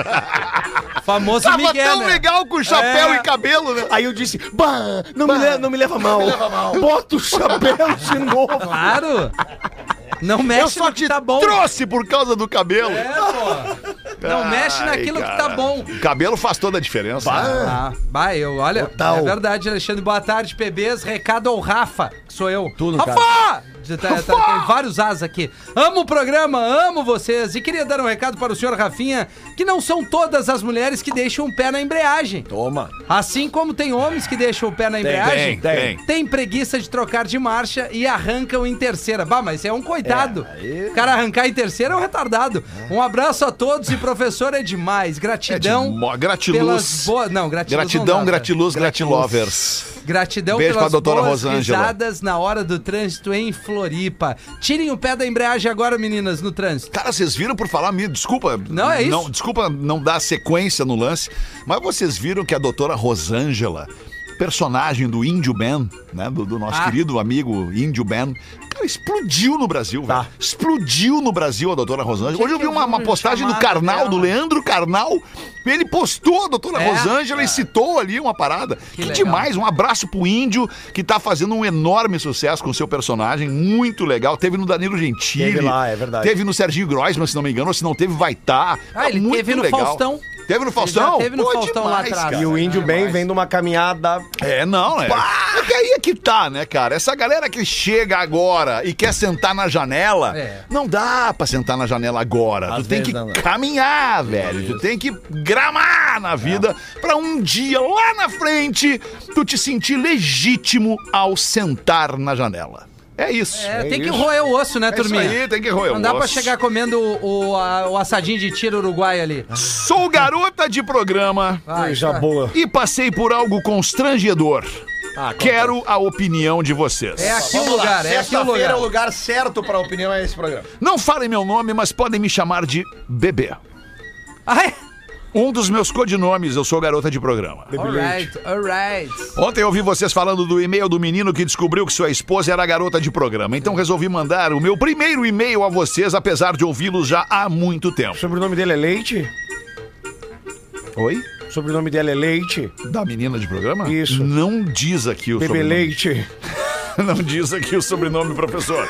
Speaker 3: Tá, Famoso
Speaker 4: Tava
Speaker 3: Miguel,
Speaker 4: tão
Speaker 3: né?
Speaker 4: legal com chapéu
Speaker 3: É.
Speaker 4: e cabelo, né?
Speaker 5: Aí eu disse, bah, não, Me leva, não me leva mal. Bota o chapéu de novo.
Speaker 3: Claro. Não mexe
Speaker 4: Eu só
Speaker 3: no que
Speaker 4: te
Speaker 3: tá bom.
Speaker 4: trouxe por causa do cabelo.
Speaker 3: É, pô. Não mexe
Speaker 4: Ai,
Speaker 3: naquilo que tá
Speaker 4: cara.
Speaker 3: bom.
Speaker 4: O cabelo faz toda a diferença.
Speaker 3: Ah, vai, eu, olha,
Speaker 5: Total.
Speaker 3: é verdade, Alexandre. Boa tarde, PBs. Recado ao Rafa, que sou eu.
Speaker 6: Tudo,
Speaker 3: Rafa!
Speaker 6: cara.
Speaker 3: Diz verdade. Tá- tá- tem vários as aqui. Amo o programa, amo vocês. E queria dar um recado para o senhor Rafinha, que não são todas as mulheres que deixam o pé na embreagem.
Speaker 6: Toma.
Speaker 3: Assim como tem homens que deixam o pé na embreagem,
Speaker 4: tem, é, tem.
Speaker 3: preguiça de trocar de marcha e arrancam em terceira. Bah, mas é um coitado. O cara arrancar em terceira é um retardado. Um abraço a todos e professor é demais. Gratidão.
Speaker 4: É de mo- gratiluz.
Speaker 3: Pelas boas... Não, gratiluz não
Speaker 4: Gratidão,
Speaker 3: dá,
Speaker 4: gratiluz, gratilovers.
Speaker 3: Gratidão
Speaker 4: Beijo
Speaker 3: pelas
Speaker 4: pra doutora
Speaker 3: boas
Speaker 4: Rosângela.
Speaker 3: risadas na hora do trânsito em Floripa. Tirem o pé da embreagem agora, meninas, no trânsito.
Speaker 4: Cara, vocês viram por falar, me desculpa.
Speaker 3: Não, é isso.
Speaker 4: desculpa não dar sequência no lance, mas vocês viram que a doutora Rosângela, personagem do Índio Ben, né, do, do nosso
Speaker 3: Ah.
Speaker 4: querido amigo Índio Ben, cara, explodiu no Brasil,
Speaker 3: Tá.
Speaker 4: velho. Explodiu no Brasil a doutora Rosângela. Hoje eu vi uma, uma postagem do
Speaker 3: chamada
Speaker 4: Carnal, do
Speaker 3: dela?
Speaker 4: Leandro Carnal. Ele postou a doutora
Speaker 3: É?
Speaker 4: Rosângela e citou ali uma parada. Que,
Speaker 3: legal.
Speaker 4: demais, um abraço pro Índio, que tá fazendo um enorme sucesso com o seu personagem, muito legal. Teve no Danilo Gentili.
Speaker 6: Teve lá, é verdade.
Speaker 4: Teve no Serginho Grossman, se não me engano, ou se não teve, vai estar. Tá.
Speaker 3: Ah, ele
Speaker 4: muito
Speaker 3: teve no
Speaker 4: legal.
Speaker 3: Faustão.
Speaker 4: Teve no Faustão?
Speaker 3: já teve no
Speaker 4: Pô,
Speaker 3: Faustão lá atrás.
Speaker 5: E o índio bem vem de uma caminhada.
Speaker 4: É, não, né? É que aí é que tá, né, cara? Essa galera que chega agora e quer sentar na janela,
Speaker 3: É.
Speaker 4: não dá pra sentar na janela agora.
Speaker 6: Às
Speaker 4: tu tem
Speaker 6: vezes
Speaker 4: que
Speaker 6: não dá.
Speaker 4: caminhar, velho. Tu tem que gramar na vida pra um dia lá na frente tu te sentir legítimo ao sentar na janela. É isso.
Speaker 3: É, tem que
Speaker 4: isso.
Speaker 3: roer o osso, né,
Speaker 4: É isso
Speaker 3: turminha?
Speaker 4: aí, tem que roer o
Speaker 3: Não dá pra
Speaker 4: osso.
Speaker 3: chegar comendo o, o, a- o assadinho de tiro uruguai ali.
Speaker 4: Sou garota de programa.
Speaker 3: Vai,
Speaker 5: Coisa
Speaker 3: vai.
Speaker 5: boa.
Speaker 4: e passei por algo constrangedor.
Speaker 5: Ah,
Speaker 4: Quero a opinião de vocês.
Speaker 3: É aqui o lugar, é aqui o
Speaker 6: Sexta-feira
Speaker 3: lugar.
Speaker 6: é o lugar certo pra opinião é esse programa.
Speaker 4: Não falem meu nome, mas podem me chamar de bebê.
Speaker 3: Ai,
Speaker 4: Um dos meus codinomes, eu sou garota de programa.
Speaker 3: alright, alright.
Speaker 4: Ontem eu ouvi vocês falando do e-mail do menino que descobriu que sua esposa era garota de programa. Então resolvi mandar o meu primeiro e-mail a vocês, apesar de ouvi-los já há muito
Speaker 5: O
Speaker 4: tempo.
Speaker 5: sobrenome dele é Leite?
Speaker 4: Oi?
Speaker 5: O sobrenome dele é Leite?
Speaker 4: Da menina de programa?
Speaker 5: Isso.
Speaker 4: Não diz aqui o
Speaker 5: Bebê
Speaker 4: sobrenome.
Speaker 5: Leite.
Speaker 4: Não diz aqui o sobrenome, professor.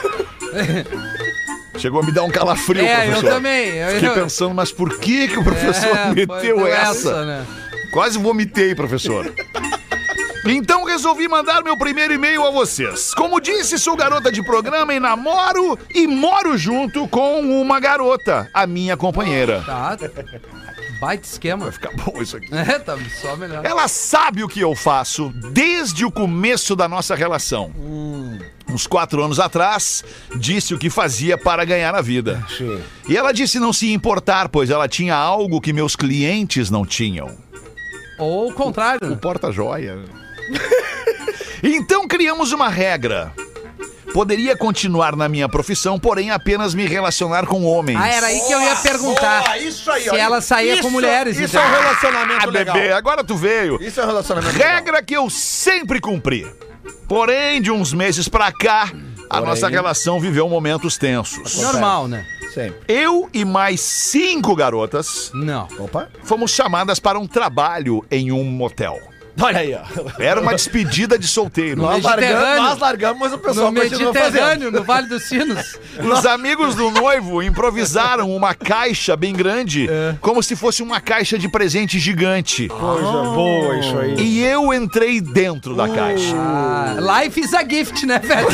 Speaker 4: Chegou a me dar um calafrio,
Speaker 3: É, eu
Speaker 4: professor.
Speaker 3: também. Eu,
Speaker 4: Fiquei
Speaker 3: eu-
Speaker 4: pensando, mas por que que o professor
Speaker 3: É,
Speaker 4: meteu
Speaker 3: foi
Speaker 4: essa?
Speaker 3: né?
Speaker 4: Quase vomitei, professor. Então resolvi mandar meu primeiro e-mail a vocês. Como disse, sou garota de programa e namoro e moro junto com uma garota, a minha companheira.
Speaker 3: Tá. Baita esquema.
Speaker 4: Fica bom isso aqui.
Speaker 3: É, tá só melhor.
Speaker 4: Ela sabe o que eu faço desde o começo da nossa relação. Uns quatro anos atrás, disse o que fazia para ganhar a vida.
Speaker 5: Sim.
Speaker 4: E ela disse não se importar, pois ela tinha algo que meus clientes não tinham.
Speaker 3: Ou o contrário.
Speaker 4: O
Speaker 3: né?
Speaker 4: porta-joia. então criamos uma regra. Poderia continuar na minha profissão, porém apenas me relacionar com homens.
Speaker 3: Ah, era aí que eu ia perguntar.
Speaker 6: Boa, isso aí,
Speaker 3: se
Speaker 6: ó.
Speaker 3: ela saía
Speaker 6: Isso-
Speaker 3: com mulheres,
Speaker 6: Isso
Speaker 3: então.
Speaker 6: é um relacionamento
Speaker 4: Ah,
Speaker 6: legal.
Speaker 4: bebê, agora tu veio.
Speaker 6: Isso é um relacionamento legal.
Speaker 4: Regra que eu sempre cumpri. Porém, de uns meses pra cá, a nossa relação viveu momentos tensos.
Speaker 3: Normal, né?
Speaker 6: Sempre.
Speaker 4: Eu e mais cinco garotas
Speaker 3: Não.
Speaker 6: Opa.
Speaker 4: fomos chamadas para um trabalho em um motel.
Speaker 6: Olha aí, ó.
Speaker 4: Era uma despedida de solteiro.
Speaker 6: Nós
Speaker 3: Mediterrâneo.
Speaker 6: largamos, nós largamos, mas o
Speaker 3: No
Speaker 6: pessoal continua fazendo.
Speaker 3: Mediterrâneo, no Vale dos Sinos.
Speaker 4: Os amigos do noivo improvisaram uma caixa bem grande, como se fosse uma caixa de presente gigante.
Speaker 5: Coisa
Speaker 6: é,
Speaker 5: boa isso aí.
Speaker 4: E eu entrei dentro da caixa.
Speaker 3: Ah, life is a gift, né, velho?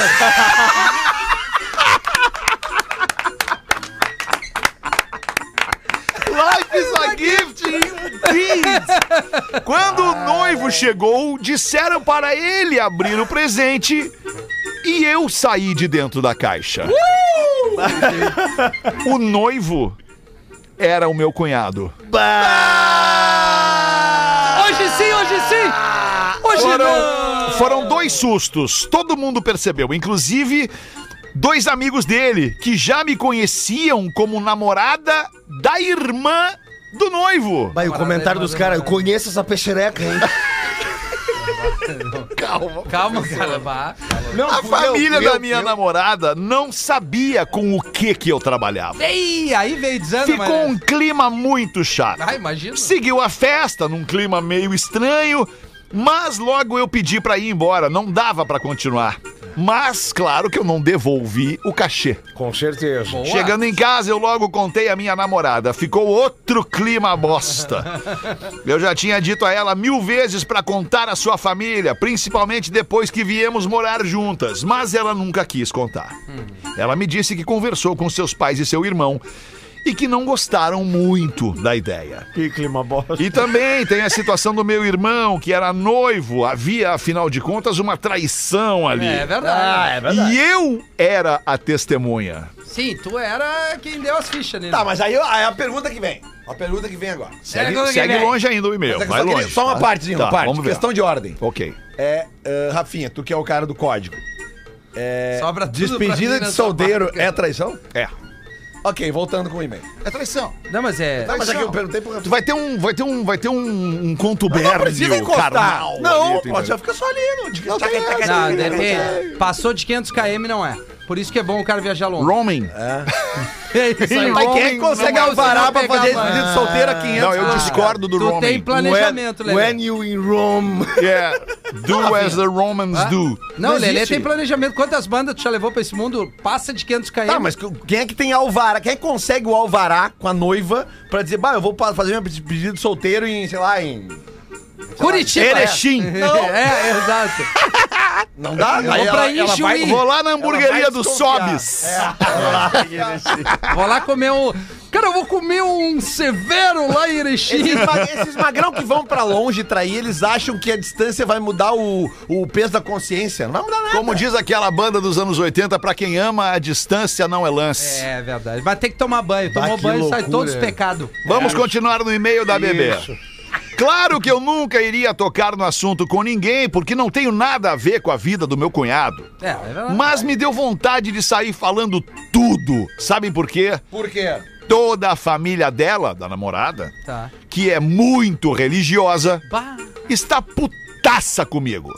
Speaker 4: Life is a gift indeed. Quando o noivo chegou, disseram para ele abrir o presente e eu saí de dentro da caixa. o noivo era o meu cunhado.
Speaker 3: Hoje sim, hoje sim! Hoje
Speaker 4: Foram,
Speaker 3: não!
Speaker 4: foram dois sustos, todo mundo percebeu, inclusive dois amigos dele que já me conheciam como namorada da irmã do noivo.
Speaker 6: Aí,
Speaker 3: o comentário dos caras, eu
Speaker 6: conheço essa peixereca, hein?
Speaker 3: Calma, cara. vá.
Speaker 4: A família da minha namorada não sabia com o que que eu trabalhava.
Speaker 3: Ei, aí veio dizendo,
Speaker 4: Ficou
Speaker 3: mas... é.
Speaker 4: um clima muito chato.
Speaker 3: Ah, imagino.
Speaker 4: Seguiu a festa num clima meio estranho, mas logo eu pedi pra ir embora, não dava pra continuar. Mas, claro que eu não devolvi o cachê.
Speaker 5: Com certeza.
Speaker 4: Chegando em casa, eu logo contei a minha namorada. Ficou outro clima bosta. Eu já tinha dito a ela mil vezes pra contar à sua família, principalmente depois que viemos morar juntas, mas ela nunca quis contar. Ela me disse que conversou com seus pais e seu irmão e que não gostaram muito da ideia.
Speaker 5: Que clima bosta.
Speaker 4: E também tem a situação do meu irmão, que era noivo. Havia, afinal de contas, uma traição ali.
Speaker 3: É verdade.
Speaker 6: é
Speaker 4: e eu era a testemunha.
Speaker 3: Sim, tu era quem deu as fichas nele.
Speaker 6: Tá, mas aí, aí a pergunta que vem. A pergunta que vem agora.
Speaker 4: Segue,
Speaker 3: Pergunta que
Speaker 4: segue
Speaker 3: vem.
Speaker 4: longe ainda o e-mail.
Speaker 6: Mas é que
Speaker 4: Vai
Speaker 6: só, queria-
Speaker 4: longe.
Speaker 6: só uma
Speaker 4: tá?
Speaker 6: partezinha,
Speaker 4: Tá,
Speaker 6: uma parte.
Speaker 4: Vamos ver.
Speaker 6: Questão de ordem.
Speaker 4: Ok.
Speaker 6: É, ah, Rafinha, tu que é o cara do código. É,
Speaker 3: Sobra tudo pra mim
Speaker 6: despedida de
Speaker 3: nessa
Speaker 6: solteiro é traição?
Speaker 4: É.
Speaker 6: Ok, voltando com o e-mail.
Speaker 4: É traição.
Speaker 3: Não, mas é.
Speaker 6: Tá, mas é que eu perguntei pro
Speaker 4: Tu
Speaker 6: Rafinha.
Speaker 4: vai ter um, vai ter um, vai ter um, um contubérnio carnal
Speaker 6: Não,
Speaker 4: ali, tu
Speaker 6: pode, já
Speaker 4: entendeu?
Speaker 6: fica só ali. Não, de, não
Speaker 5: tá
Speaker 3: Não, depende. é Passou de 500 km, não é. Por isso que é bom o cara viajar longe.
Speaker 4: Roaming.
Speaker 3: É isso aí.
Speaker 6: Mas quem é que consegue
Speaker 3: não é
Speaker 6: alvará
Speaker 3: possível
Speaker 6: pra fazer
Speaker 3: pegar,
Speaker 6: despedida de solteiro a 500?
Speaker 4: Não, eu discordo
Speaker 3: Tu
Speaker 4: do
Speaker 3: tem
Speaker 4: roaming.
Speaker 3: planejamento, Lelê.
Speaker 5: When you in Rome.
Speaker 4: Yeah. Do as the Romans do.
Speaker 3: Ah, Não,
Speaker 6: Não
Speaker 3: Lelê
Speaker 6: existe.
Speaker 3: tem planejamento. Quantas bandas tu já levou pra esse mundo? Passa de 500 km.
Speaker 6: Tá, mas que- quem é que tem alvará? Quem é que consegue o alvará com a noiva pra dizer, bah, eu vou pa- fazer minha despedida de solteiro em, sei lá, em. Tá,
Speaker 3: Curitiba.
Speaker 4: Erechim.
Speaker 3: É,
Speaker 4: Não.
Speaker 3: é, exato.
Speaker 6: Não dá?
Speaker 3: Vou pra Ijuí.
Speaker 4: Vou lá na hamburgueria
Speaker 6: vai
Speaker 4: dos
Speaker 6: desconfiar.
Speaker 4: Sobes.
Speaker 3: É. Vou lá comer um. Cara, eu vou comer um severo lá em Erechim.
Speaker 6: Esses, ma- esses magrão que vão pra longe trair, eles acham que a distância vai mudar o, o peso da consciência. Não vai mudar nada.
Speaker 4: Como diz aquela banda dos anos 80, pra quem ama, a distância não é lance.
Speaker 3: É verdade. Mas tem que tomar banho. Tomou
Speaker 6: que
Speaker 3: banho sai
Speaker 6: loucura.
Speaker 3: todos pecado.
Speaker 4: Vamos continuar no e-mail da bebê. Claro que eu nunca iria tocar no assunto com ninguém, porque não tenho nada a ver com a vida do meu cunhado.
Speaker 3: É, é verdade.
Speaker 4: Mas me deu vontade de sair falando tudo. Sabem por quê?
Speaker 6: Por quê?
Speaker 4: Toda a família dela, da namorada,
Speaker 3: Tá.
Speaker 4: que é muito religiosa,
Speaker 3: Bah.
Speaker 4: está putaça comigo.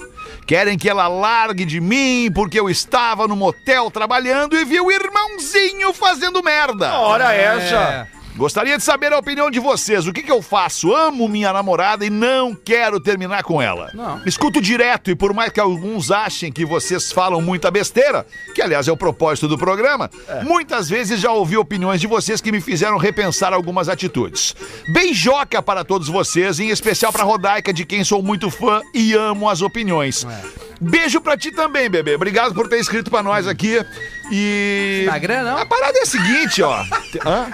Speaker 4: Querem que ela largue de mim porque eu estava no motel trabalhando e vi o irmãozinho fazendo merda.
Speaker 5: Hora
Speaker 3: É.
Speaker 5: essa.
Speaker 4: Gostaria de saber a opinião de vocês. O que, que eu faço? Amo minha namorada e não quero terminar com ela.
Speaker 3: Não.
Speaker 4: Escuto direto e por mais que alguns achem que vocês falam muita besteira, que aliás é o propósito do programa,
Speaker 3: É.
Speaker 4: muitas vezes já ouvi opiniões de vocês que me fizeram repensar algumas atitudes. Beijoca para todos vocês, em especial para Rodaica, de quem sou muito fã e amo as opiniões.
Speaker 3: É.
Speaker 4: Beijo pra ti também, bebê. Obrigado por ter escrito pra nós aqui. E.
Speaker 3: Instagram, não?
Speaker 4: A parada é a seguinte, ó. Hã?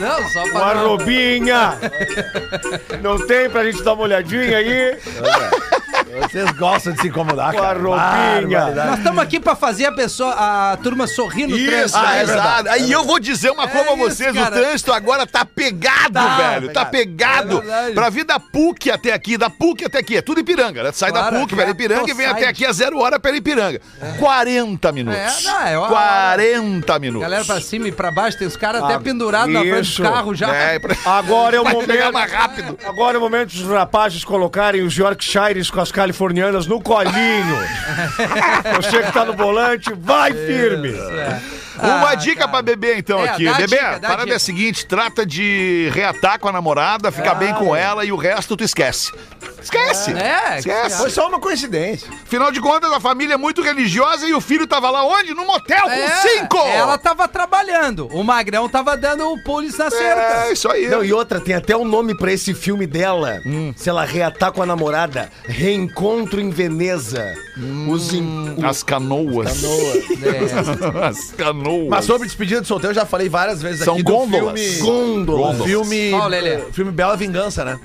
Speaker 3: Não, só
Speaker 5: Uma
Speaker 3: para.
Speaker 5: robinha. Não tem pra gente dar uma olhadinha aí?
Speaker 6: Vocês gostam de se incomodar,
Speaker 5: Com a
Speaker 6: cara.
Speaker 5: roupinha.
Speaker 6: Barbaridade.
Speaker 3: Nós estamos aqui pra fazer a pessoa, a turma sorrir no
Speaker 4: Isso,
Speaker 3: trânsito.
Speaker 4: ah,
Speaker 5: é
Speaker 3: né?
Speaker 4: exato. Aí eu vou dizer uma coisa a
Speaker 3: É isso,
Speaker 4: vocês:
Speaker 3: cara.
Speaker 4: o trânsito agora tá pegado,
Speaker 3: Tá,
Speaker 4: velho. Tá
Speaker 3: É
Speaker 4: pegado.
Speaker 3: verdade.
Speaker 4: pra vir da PUC até aqui, da PUC até aqui. É tudo Ipiranga, né? Tu Sai
Speaker 3: Claro,
Speaker 4: da PUC,
Speaker 3: é
Speaker 4: velho, Ipiranga e vem
Speaker 3: outside.
Speaker 4: até aqui a zero hora pela Ipiranga. 40 minutos.
Speaker 3: É, não, é uma hora.
Speaker 4: 40 minutos.
Speaker 3: Galera pra cima e pra baixo, tem os caras até
Speaker 5: Ah,
Speaker 3: pendurados na frente
Speaker 5: isso.
Speaker 3: do carro já.
Speaker 4: É, pra...
Speaker 5: Agora é o
Speaker 4: Vai pegar mais
Speaker 5: momento.
Speaker 4: rápido.
Speaker 5: Agora é o momento dos rapazes colocarem os Yorkshires com as californianas no colinho. Você que tá no volante, vai firme.
Speaker 3: É.
Speaker 4: É. Uma
Speaker 3: Ah,
Speaker 4: dica
Speaker 3: cara.
Speaker 4: pra bebê, então,
Speaker 3: É,
Speaker 4: aqui.
Speaker 3: dá a
Speaker 4: Bebê,
Speaker 3: dica, dá a
Speaker 4: parada é
Speaker 3: dica.
Speaker 4: a seguinte: trata de reatar com a namorada, ficar bem com ela e o resto tu esquece. Esquece!
Speaker 3: Ah. É,
Speaker 4: esquece!
Speaker 6: Foi só uma coincidência.
Speaker 4: Afinal de contas, a família é muito religiosa e o filho tava lá onde? No motel, com
Speaker 3: É,
Speaker 4: cinco!
Speaker 3: Ela tava trabalhando. O Magrão tava dando o pulis na cerca.
Speaker 4: É, isso aí.
Speaker 5: Não, e outra, tem até um nome pra esse filme dela. Se ela reatar com a namorada, Reencontro em Veneza. Os in-
Speaker 4: Hum, As canoas.
Speaker 3: É.
Speaker 4: As canoas.
Speaker 6: Mas sobre despedida de solteiro, eu já falei várias vezes
Speaker 4: São
Speaker 6: aqui
Speaker 4: gôndolas.
Speaker 6: do filme...
Speaker 5: Gôndola.
Speaker 6: O filme...
Speaker 3: Qual, Lelê?
Speaker 6: o filme Bela Vingança, né?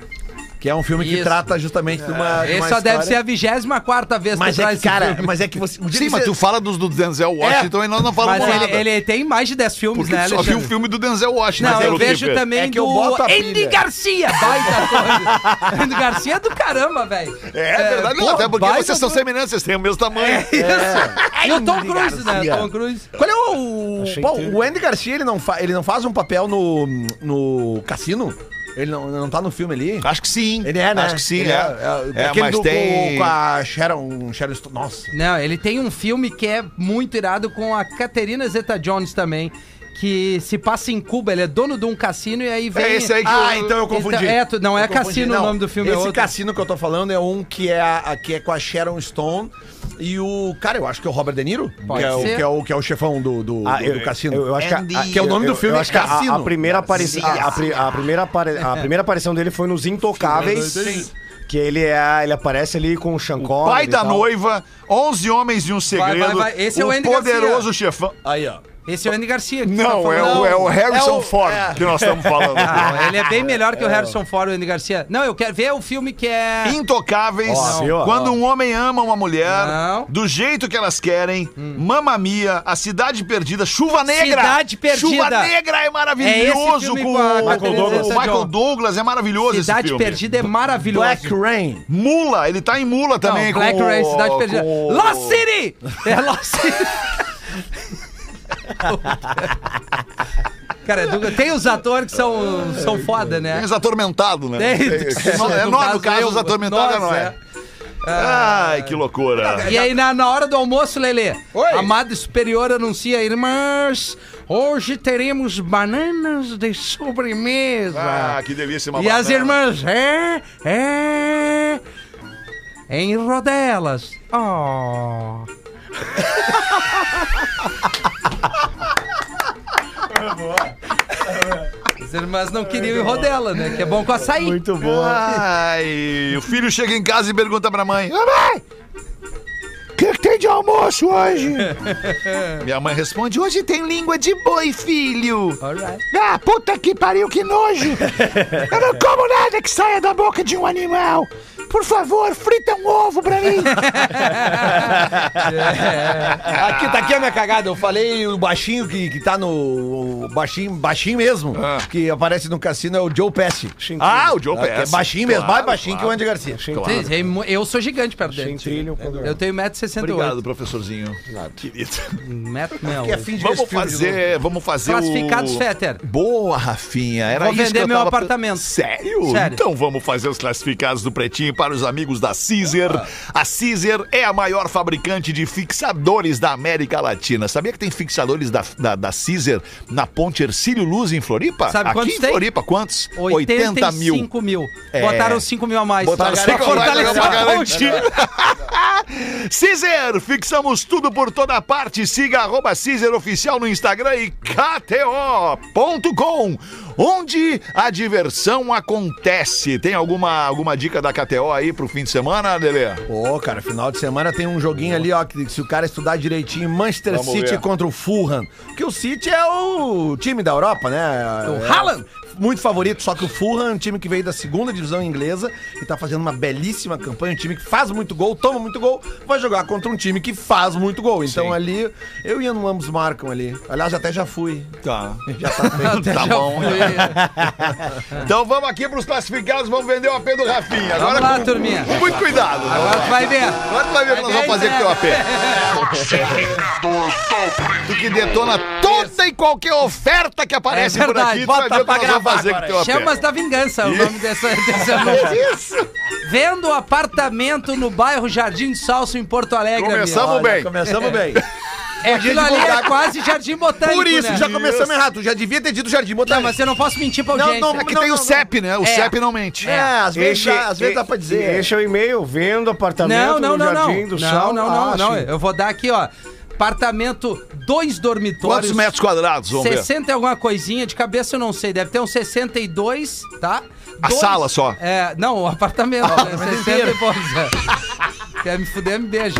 Speaker 6: Que é um filme que
Speaker 3: Isso. É,
Speaker 6: trata justamente de uma de
Speaker 3: Esse
Speaker 6: uma
Speaker 3: só deve ser
Speaker 6: história-
Speaker 3: a 24 vez
Speaker 6: Mas é
Speaker 3: traz
Speaker 6: que,
Speaker 3: esse
Speaker 6: cara,
Speaker 3: filme.
Speaker 6: mas é que você... um dia
Speaker 4: Sim,
Speaker 6: que
Speaker 4: mas
Speaker 6: você-
Speaker 4: tu fala dos do Denzel Washington e nós não falamos
Speaker 3: Mas
Speaker 4: nada.
Speaker 3: ele, ele tem mais de 10 filmes,
Speaker 4: Porque
Speaker 3: né,
Speaker 4: tu só
Speaker 3: Alexandre?
Speaker 4: viu o filme do Denzel Washington.
Speaker 3: Não, eu
Speaker 4: pelo que
Speaker 3: vejo
Speaker 4: vê.
Speaker 3: também
Speaker 6: É que eu
Speaker 3: do
Speaker 6: boto a
Speaker 3: Andy
Speaker 6: pilha.
Speaker 3: Garcia. Baita coisa. Andy Garcia é do caramba, velho.
Speaker 4: É, verdade. Não,
Speaker 3: pô,
Speaker 4: até porque
Speaker 3: baita
Speaker 4: vocês são
Speaker 3: do-
Speaker 4: semelhantes, vocês têm o mesmo tamanho.
Speaker 3: E o Tom Cruise,
Speaker 6: É Garcia.
Speaker 3: né? Tom Cruise.
Speaker 6: Qual é o.
Speaker 5: Achei
Speaker 6: Pô,
Speaker 5: inteiro.
Speaker 6: o Andy Garcia, ele não, fa... ele não faz um papel no, no cassino? Ele não, não tá no filme ali?
Speaker 4: Acho que sim.
Speaker 6: Ele é, né?
Speaker 4: Acho que sim,
Speaker 6: Ele
Speaker 4: é.
Speaker 6: É,
Speaker 4: É,
Speaker 6: aquele
Speaker 4: mas
Speaker 6: do-
Speaker 4: tem.
Speaker 6: Com a Sharon. Sharon Stone. Nossa.
Speaker 3: Não, ele tem um filme que é muito irado com a Caterina Zeta-Jones também, que se passa em Cuba. Ele é dono de um cassino e aí vem.
Speaker 4: É esse aí que
Speaker 6: Ah,
Speaker 4: eu-
Speaker 6: então eu confundi.
Speaker 3: Então, é, tu- não, é
Speaker 6: Eu confundi,
Speaker 3: cassino o nome do filme, é
Speaker 6: Esse
Speaker 3: outro.
Speaker 6: cassino que eu tô falando é um que é, a- a- que é com a Sharon Stone e o. Cara, eu acho que é o Robert De Niro.
Speaker 3: Pode
Speaker 6: que, É o,
Speaker 3: ser.
Speaker 6: que, é o, que é o chefão do, do,
Speaker 5: Ah,
Speaker 6: do-
Speaker 5: eu-
Speaker 6: do cassino.
Speaker 5: eu- eu acho que a- a-
Speaker 6: que é o nome
Speaker 5: eu-
Speaker 6: do filme
Speaker 5: eu
Speaker 6: é
Speaker 5: acho que a-
Speaker 6: Cassino.
Speaker 5: A, primeira aparição, a, a pri- a primeira apare- a primeira aparição dele foi nos Intocáveis. Que ele é, ele aparece ali com o Sean Connery
Speaker 4: Pai
Speaker 5: e
Speaker 4: da
Speaker 5: tal.
Speaker 4: noiva, 11 homens de um segredo.
Speaker 3: então. vai, vai. Esse é o
Speaker 4: o
Speaker 3: Andy
Speaker 4: poderoso chefão.
Speaker 6: Aí, ó.
Speaker 3: Esse é o Andy Garcia. que tu
Speaker 4: Não,
Speaker 3: tá
Speaker 4: é
Speaker 3: falando.
Speaker 4: o, é o Harrison
Speaker 6: É o-
Speaker 4: Ford
Speaker 6: é.
Speaker 4: que nós estamos falando.
Speaker 3: Não, ele é bem melhor que o Harrison Ford e o Andy Garcia. Não, eu quero ver o filme que é.
Speaker 4: Intocáveis,
Speaker 5: Ó, viu, ó.
Speaker 4: quando um homem ama uma mulher,
Speaker 3: Não. Hum.
Speaker 4: do jeito que elas querem, Mamma Mia, A Cidade Perdida, Chuva Negra.
Speaker 3: Cidade Perdida.
Speaker 4: Chuva Negra é
Speaker 3: É esse
Speaker 4: maravilhoso
Speaker 3: filme
Speaker 4: com,
Speaker 3: com a
Speaker 4: o-
Speaker 3: Catherine
Speaker 4: com o
Speaker 3: Zeta-Jones.
Speaker 4: Michael Douglas, é maravilhoso esse
Speaker 3: Cidade
Speaker 4: filme.
Speaker 3: Perdida é maravilhoso.
Speaker 6: Black Rain.
Speaker 4: Mula, ele tá em Mula
Speaker 3: Não,
Speaker 4: também.
Speaker 3: Então, Black
Speaker 4: com o-
Speaker 3: Rain, Cidade Perdida.
Speaker 4: com o-
Speaker 3: Lost City! É Lost City. Cara, Duga, tem os atores que são, são foda,
Speaker 4: Tem
Speaker 3: né?
Speaker 4: os atormentados, né?
Speaker 3: Tem. um
Speaker 4: É, é nós, no caso, os atormentados é
Speaker 3: Nós,
Speaker 4: nós.
Speaker 3: é.
Speaker 4: Ai, que loucura.
Speaker 3: E aí, na, na hora do almoço, Lelê, a Madre Superior anuncia, irmãs, hoje teremos bananas de sobremesa.
Speaker 4: Ah, que delícia, uma
Speaker 3: E as
Speaker 4: banana.
Speaker 3: irmãs, é, é, em rodelas. Oh. As irmãs
Speaker 4: É
Speaker 3: não queriam ir rodela, né? Que é bom com açaí.
Speaker 5: Muito bom.
Speaker 4: Ai, o filho chega em casa e pergunta pra mãe: Ô mãe, o que, que tem de almoço hoje? Minha mãe responde: Hoje tem língua de boi, filho.
Speaker 3: Alright.
Speaker 4: Ah, puta que pariu, que nojo! Eu não como nada que saia da boca de um animal! Por favor, frita um ovo pra mim!
Speaker 6: Aqui, tá aqui a minha cagada. Eu falei o baixinho que, que tá no. o Baixinho, baixinho mesmo,
Speaker 4: Ah.
Speaker 6: que aparece no cassino, é o Joe Pesci.
Speaker 4: ah, o Joe
Speaker 6: Tá? Que É
Speaker 4: Pesci.
Speaker 6: baixinho mesmo, mais baixinho que o Andy Garcia.
Speaker 4: Claro. é
Speaker 3: Sim, sim, Eu sou gigante perto dele.
Speaker 5: trilho,
Speaker 3: Eu tenho 1,68m.
Speaker 4: Obrigado, professorzinho. Querido.
Speaker 3: Metro, não.
Speaker 6: de ver
Speaker 4: Vamos
Speaker 6: esse filme de novo.
Speaker 4: fazer, vamos fazer
Speaker 3: Classificados
Speaker 4: o...
Speaker 3: Fetter.
Speaker 4: Boa, Rafinha. Era
Speaker 3: Vou
Speaker 4: isso
Speaker 3: vender
Speaker 4: que eu
Speaker 3: meu
Speaker 4: tava-
Speaker 3: apartamento.
Speaker 4: Sério?
Speaker 3: Sério.
Speaker 4: Então vamos fazer os classificados do Pretinho para os amigos da Caesar. A Caesar é a maior fabricante de fixadores da América Latina. Sabia que tem fixadores da, da, da Caesar na Ponte Ercílio Luz em Floripa?
Speaker 3: Sabe
Speaker 4: Aqui
Speaker 3: quantos
Speaker 4: em
Speaker 3: tem?
Speaker 4: Floripa, quantos?
Speaker 3: 85 mil.
Speaker 4: É.
Speaker 3: Botaram 5 mil a mais.
Speaker 4: Botaram
Speaker 3: Pra
Speaker 4: cinco a mais,
Speaker 3: fortalecer
Speaker 4: agora
Speaker 3: a ponte.
Speaker 4: Cizer, fixamos tudo por toda parte. Siga arroba Cizer Oficial no Instagram e KTO.com, onde a diversão acontece. Tem alguma, alguma dica da KTO aí pro fim de semana, Lelê?
Speaker 3: É.
Speaker 6: Pô, cara, final de semana tem um joguinho ali, ó, que se o cara estudar direitinho, Manchester
Speaker 4: Vamos
Speaker 6: City
Speaker 4: ver.
Speaker 6: contra o Fulham. Porque o City é o time da Europa, né?
Speaker 3: O
Speaker 6: É
Speaker 3: Haaland.
Speaker 6: Muito favorito, só que o Fulham é um time que veio da segunda divisão inglesa e tá fazendo uma belíssima campanha. Um time que faz muito gol, toma muito gol, vai jogar contra um time que faz muito gol. Então
Speaker 4: Sim.
Speaker 6: ali, eu e Ano ambos marcam ali. Aliás, até já fui.
Speaker 4: Tá.
Speaker 6: Já tá feito.
Speaker 4: Tá bom.
Speaker 3: Foi.
Speaker 4: Então vamos aqui pros classificados, vamos vender o AP do Rafinha. Agora
Speaker 3: Vamos lá,
Speaker 4: com-
Speaker 3: turminha.
Speaker 4: com muito cuidado. né?
Speaker 3: Agora tu vai ver.
Speaker 4: Agora tu vai ver o que nós vamos fazer com o teu AP. Tu que detona toda e qualquer oferta que aparece
Speaker 3: É
Speaker 4: por
Speaker 3: verdade,
Speaker 4: aqui, tu vai
Speaker 3: bota
Speaker 4: ver o que
Speaker 3: pra
Speaker 4: nós vamos
Speaker 3: gravar
Speaker 4: fazer com o teu AP.
Speaker 3: Chamas da Vingança, o nome dessa, dessa música.
Speaker 4: Isso!
Speaker 3: Vendo apartamento no bairro Jardim do Salso, em Porto Alegre.
Speaker 4: Começamos
Speaker 3: amigo.
Speaker 6: Olha,
Speaker 4: bem.
Speaker 6: Começamos bem.
Speaker 3: É, aquilo ali é quase Jardim Botânico,
Speaker 6: Por isso,
Speaker 3: né?
Speaker 6: já começamos errado. Tu já devia ter dito Jardim Botânico.
Speaker 3: Não, mas eu não posso mentir pra audiência.
Speaker 6: não,
Speaker 4: É que
Speaker 6: não,
Speaker 4: tem
Speaker 6: não,
Speaker 4: o CEP, né? O
Speaker 3: É.
Speaker 4: CEP não mente.
Speaker 6: É, às vezes, dá, às vezes dá pra dizer.
Speaker 5: Este é o e-mail, vendo apartamento
Speaker 3: Não, não,
Speaker 5: no
Speaker 3: não, não.
Speaker 5: Jardim do Sal.
Speaker 3: Não, não, não,
Speaker 5: Ah,
Speaker 3: não.
Speaker 5: sim.
Speaker 3: Eu vou dar aqui, ó. Apartamento, dois dormitórios.
Speaker 4: Quantos metros quadrados, vamos ver?
Speaker 3: 60 e alguma coisinha, de cabeça eu não sei, deve ter uns 62, tá?
Speaker 4: A sala só. Ah,
Speaker 3: É, não, o apartamento, né? 60 e poucos. é. Quer me fuder, me beija.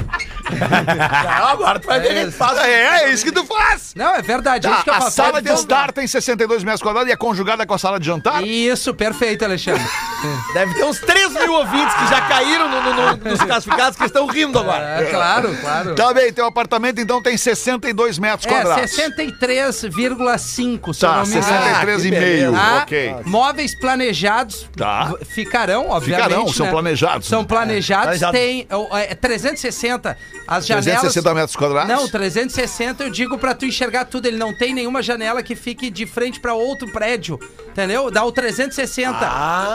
Speaker 6: Ah, agora tu vai ver
Speaker 3: É
Speaker 6: que
Speaker 3: isso.
Speaker 6: faz.
Speaker 4: É, é isso que tu faz!
Speaker 3: Não, é verdade, é isso que eu
Speaker 4: Tá,
Speaker 3: tá.
Speaker 4: a
Speaker 3: falo.
Speaker 4: sala
Speaker 3: Pode
Speaker 4: de
Speaker 3: voltar.
Speaker 4: estar tá- tem 62 metros quadrados e é conjugada com a sala de jantar?
Speaker 3: Isso, perfeito, Alexandre.
Speaker 6: Deve ter uns 3 mil ouvintes que já caíram no- no- no- nos classificados que estão rindo agora.
Speaker 3: É, claro, claro.
Speaker 4: Tá bem, teu apartamento então tem 62 metros
Speaker 3: É, Ah,
Speaker 4: quadrados.
Speaker 3: 63,5, se eu
Speaker 4: Tá,
Speaker 3: não me engano.
Speaker 4: 63,5.
Speaker 3: Tá?
Speaker 4: ok.
Speaker 3: Móveis planejados
Speaker 4: Tá.
Speaker 3: v- ficarão, obviamente.
Speaker 4: Ficarão, são
Speaker 3: né?
Speaker 4: planejados.
Speaker 3: São planejados, é,
Speaker 6: planejado.
Speaker 3: tem ó, é, 360 As janelas.
Speaker 4: 360 metros quadrados?
Speaker 3: Não, 360 eu digo pra tu enxergar tudo. Ele não tem nenhuma janela que fique de frente pra outro prédio. Entendeu? Dá o 360.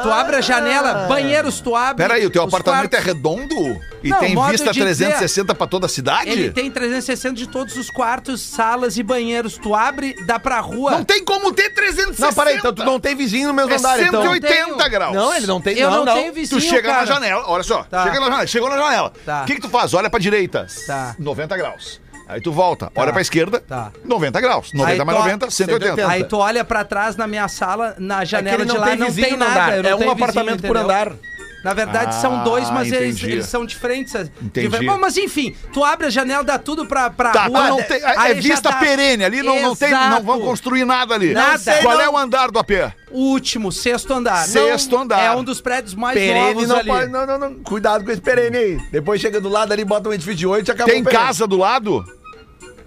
Speaker 3: tu abre a janela, banheiros tu abre.
Speaker 4: Ah! Peraí, o teu
Speaker 3: os
Speaker 4: apartamento
Speaker 3: quartos.
Speaker 4: é redondo? E
Speaker 3: Não,
Speaker 4: tem
Speaker 3: modo
Speaker 4: vista
Speaker 3: de dizer.
Speaker 4: 360 pra toda a cidade?
Speaker 3: Ele tem 360 de todos os quartos, salas e banheiros. Tu abre, dá pra rua.
Speaker 4: Não tem como ter 360.
Speaker 6: Não, peraí, então tu
Speaker 3: um
Speaker 6: não tem vizinho no mesmo
Speaker 4: É
Speaker 6: andar, então.
Speaker 4: 180
Speaker 3: Tenho.
Speaker 4: graus.
Speaker 6: Não, ele não tem.
Speaker 3: Eu
Speaker 6: não,
Speaker 3: não
Speaker 6: não.
Speaker 3: tenho vizinho,
Speaker 4: tu chega na
Speaker 3: cara.
Speaker 4: janela, olha só.
Speaker 3: Tá.
Speaker 4: Chega na janela, chegou na janela. O
Speaker 3: Tá.
Speaker 4: que, que tu faz? Olha pra direita.
Speaker 3: Tá.
Speaker 4: 90 graus. Aí tu volta, olha pra esquerda,
Speaker 3: Tá.
Speaker 4: 90 graus. 90 mais
Speaker 3: tu-
Speaker 4: 90, 180.
Speaker 6: 180.
Speaker 3: Aí tu olha pra trás na minha sala, na
Speaker 6: É que
Speaker 3: janela
Speaker 6: ele
Speaker 3: de lá, não
Speaker 6: vizinho
Speaker 3: tem
Speaker 6: no
Speaker 3: nada.
Speaker 6: andar,
Speaker 3: eu não
Speaker 6: É
Speaker 3: tenho
Speaker 6: um apartamento
Speaker 3: vizinho,
Speaker 6: por
Speaker 3: entendeu?
Speaker 6: andar.
Speaker 3: Na verdade, são dois, mas eles,
Speaker 4: Ah, entendi.
Speaker 3: eles são diferentes.
Speaker 4: Entendi.
Speaker 3: Difer- Bom, mas enfim, tu abre a janela, dá tudo pra, pra
Speaker 4: Tá,
Speaker 3: rua.
Speaker 4: tá, não
Speaker 3: né?
Speaker 4: tem, é
Speaker 3: Aí
Speaker 4: é
Speaker 3: já
Speaker 4: vista
Speaker 3: dá-
Speaker 4: perene ali, não, não tem, não
Speaker 3: Exato.
Speaker 4: vão construir nada ali.
Speaker 3: Nada. Tá sei,
Speaker 4: Qual é
Speaker 3: não.
Speaker 4: o andar do AP?
Speaker 3: O último, sexto andar.
Speaker 4: Sexto
Speaker 3: Não-
Speaker 4: andar.
Speaker 3: É um dos prédios mais
Speaker 6: Perene
Speaker 3: novos
Speaker 6: não
Speaker 3: ali.
Speaker 6: pode. Não, não, não. Cuidado com esse perene aí. Depois chega do lado ali, bota um edifício de 8 e acabou
Speaker 4: Tem
Speaker 6: o perene.
Speaker 4: casa do lado?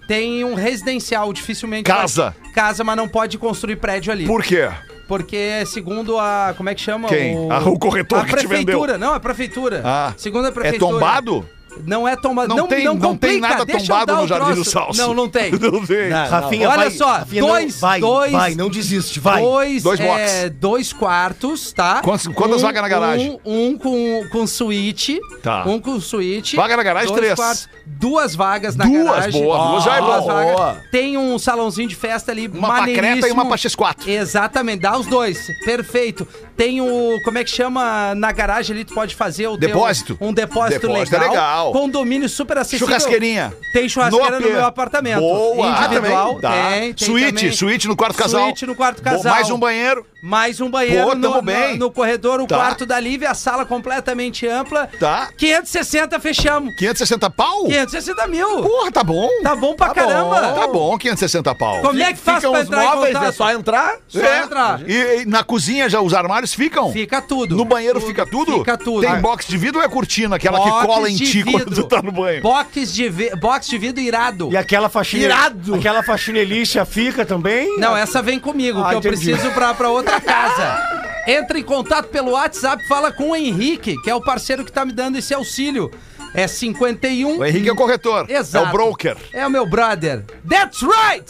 Speaker 3: Tem um residencial, dificilmente.
Speaker 4: Casa.
Speaker 3: vai- casa, mas não pode construir prédio ali.
Speaker 4: Por quê?
Speaker 3: Porque segundo a. Como é que chama?
Speaker 4: Quem?
Speaker 3: O,
Speaker 4: Ah, o corretor
Speaker 3: a
Speaker 4: que te
Speaker 3: prefeitura, não, a prefeitura.
Speaker 4: Ah.
Speaker 3: Segundo a
Speaker 4: É
Speaker 3: prefeitura.
Speaker 4: tombado?
Speaker 3: Não é tombado.
Speaker 4: Não
Speaker 3: Não,
Speaker 4: tem-
Speaker 3: não,
Speaker 4: não tem
Speaker 3: complica,
Speaker 4: nada
Speaker 3: deixa eu
Speaker 4: tombado
Speaker 3: dar
Speaker 4: no
Speaker 3: o
Speaker 4: Jardim do
Speaker 3: troço.
Speaker 4: Salso.
Speaker 3: Não, não tem.
Speaker 4: Não sei.
Speaker 5: Rafinha,
Speaker 3: Olha
Speaker 5: vai,
Speaker 3: só,
Speaker 5: Rafinha,
Speaker 3: dois-
Speaker 5: não, vai,
Speaker 3: dois-
Speaker 5: vai, não desiste, vai.
Speaker 3: Dois,
Speaker 4: Dois
Speaker 3: é, dois quartos, tá?
Speaker 4: Quantos- quantas vagas na garagem?
Speaker 3: Um, um com, com suíte.
Speaker 4: Tá.
Speaker 3: Um com suíte.
Speaker 4: Vaga na garagem,
Speaker 3: dois
Speaker 4: três.
Speaker 3: duas vagas na
Speaker 4: Duas,
Speaker 3: garagem.
Speaker 4: boa, duas já é bom.
Speaker 3: vagas. Tem um salãozinho de festa ali
Speaker 4: Uma pra creta e uma pra X4.
Speaker 3: Exatamente, dá os dois. Perfeito. Tem o. Como é que chama? Na garagem ali, tu pode fazer o teu-
Speaker 4: Depósito.
Speaker 3: um depósito,
Speaker 4: Depósito é
Speaker 3: legal.
Speaker 4: legal.
Speaker 3: Condomínio super acessível.
Speaker 4: Churrasqueirinha.
Speaker 3: Tem churrasqueira
Speaker 4: No
Speaker 3: no,
Speaker 4: AP.
Speaker 3: meu apartamento.
Speaker 4: Boa.
Speaker 3: Individual.
Speaker 4: Ah, também? Tá.
Speaker 3: Tem, tem
Speaker 4: suíte,
Speaker 3: também.
Speaker 4: suíte no quarto casal.
Speaker 3: Suíte no quarto
Speaker 4: Bo-
Speaker 3: casal.
Speaker 4: Mais um banheiro.
Speaker 3: Mais um banheiro
Speaker 4: Pô,
Speaker 3: no,
Speaker 4: tamo
Speaker 3: no-
Speaker 4: bem.
Speaker 3: no corredor, o
Speaker 4: Tá.
Speaker 3: quarto da Lívia, a sala completamente ampla.
Speaker 4: Tá.
Speaker 3: 560, fechamos.
Speaker 4: 560 pau?
Speaker 3: 560 mil.
Speaker 4: Porra, tá bom.
Speaker 3: Tá bom pra
Speaker 6: Tá
Speaker 3: caramba.
Speaker 6: bom.
Speaker 4: Tá bom, 560 pau.
Speaker 3: Como é que faz
Speaker 6: Ficam
Speaker 3: pra
Speaker 6: os
Speaker 3: entrar em
Speaker 6: móveis,
Speaker 3: contato?
Speaker 6: é só entrar.
Speaker 3: Só entrar.
Speaker 4: E, e na cozinha já os armários ficam?
Speaker 3: Fica tudo.
Speaker 4: No banheiro fica tudo?
Speaker 3: Fica tudo.
Speaker 4: Tem
Speaker 3: Ah.
Speaker 4: box de vidro ou é cortina? Aquela
Speaker 3: Box
Speaker 4: que cola em
Speaker 3: de
Speaker 4: ti quando
Speaker 3: vidro.
Speaker 4: tu tá no banho.
Speaker 3: Box de, vi- box de vidro irado.
Speaker 5: E aquela faxine...
Speaker 6: Irado.
Speaker 5: Aquela faxinelista fica também?
Speaker 3: Não, é essa vem comigo,
Speaker 5: Ah,
Speaker 3: que eu
Speaker 5: entendi.
Speaker 3: preciso pra, pra outra casa. Entra em contato pelo WhatsApp, fala com o Henrique, que é o parceiro que tá me dando esse auxílio. É 51.
Speaker 4: O Henrique é o corretor.
Speaker 3: Exato.
Speaker 4: É o broker.
Speaker 3: É o meu brother. That's right!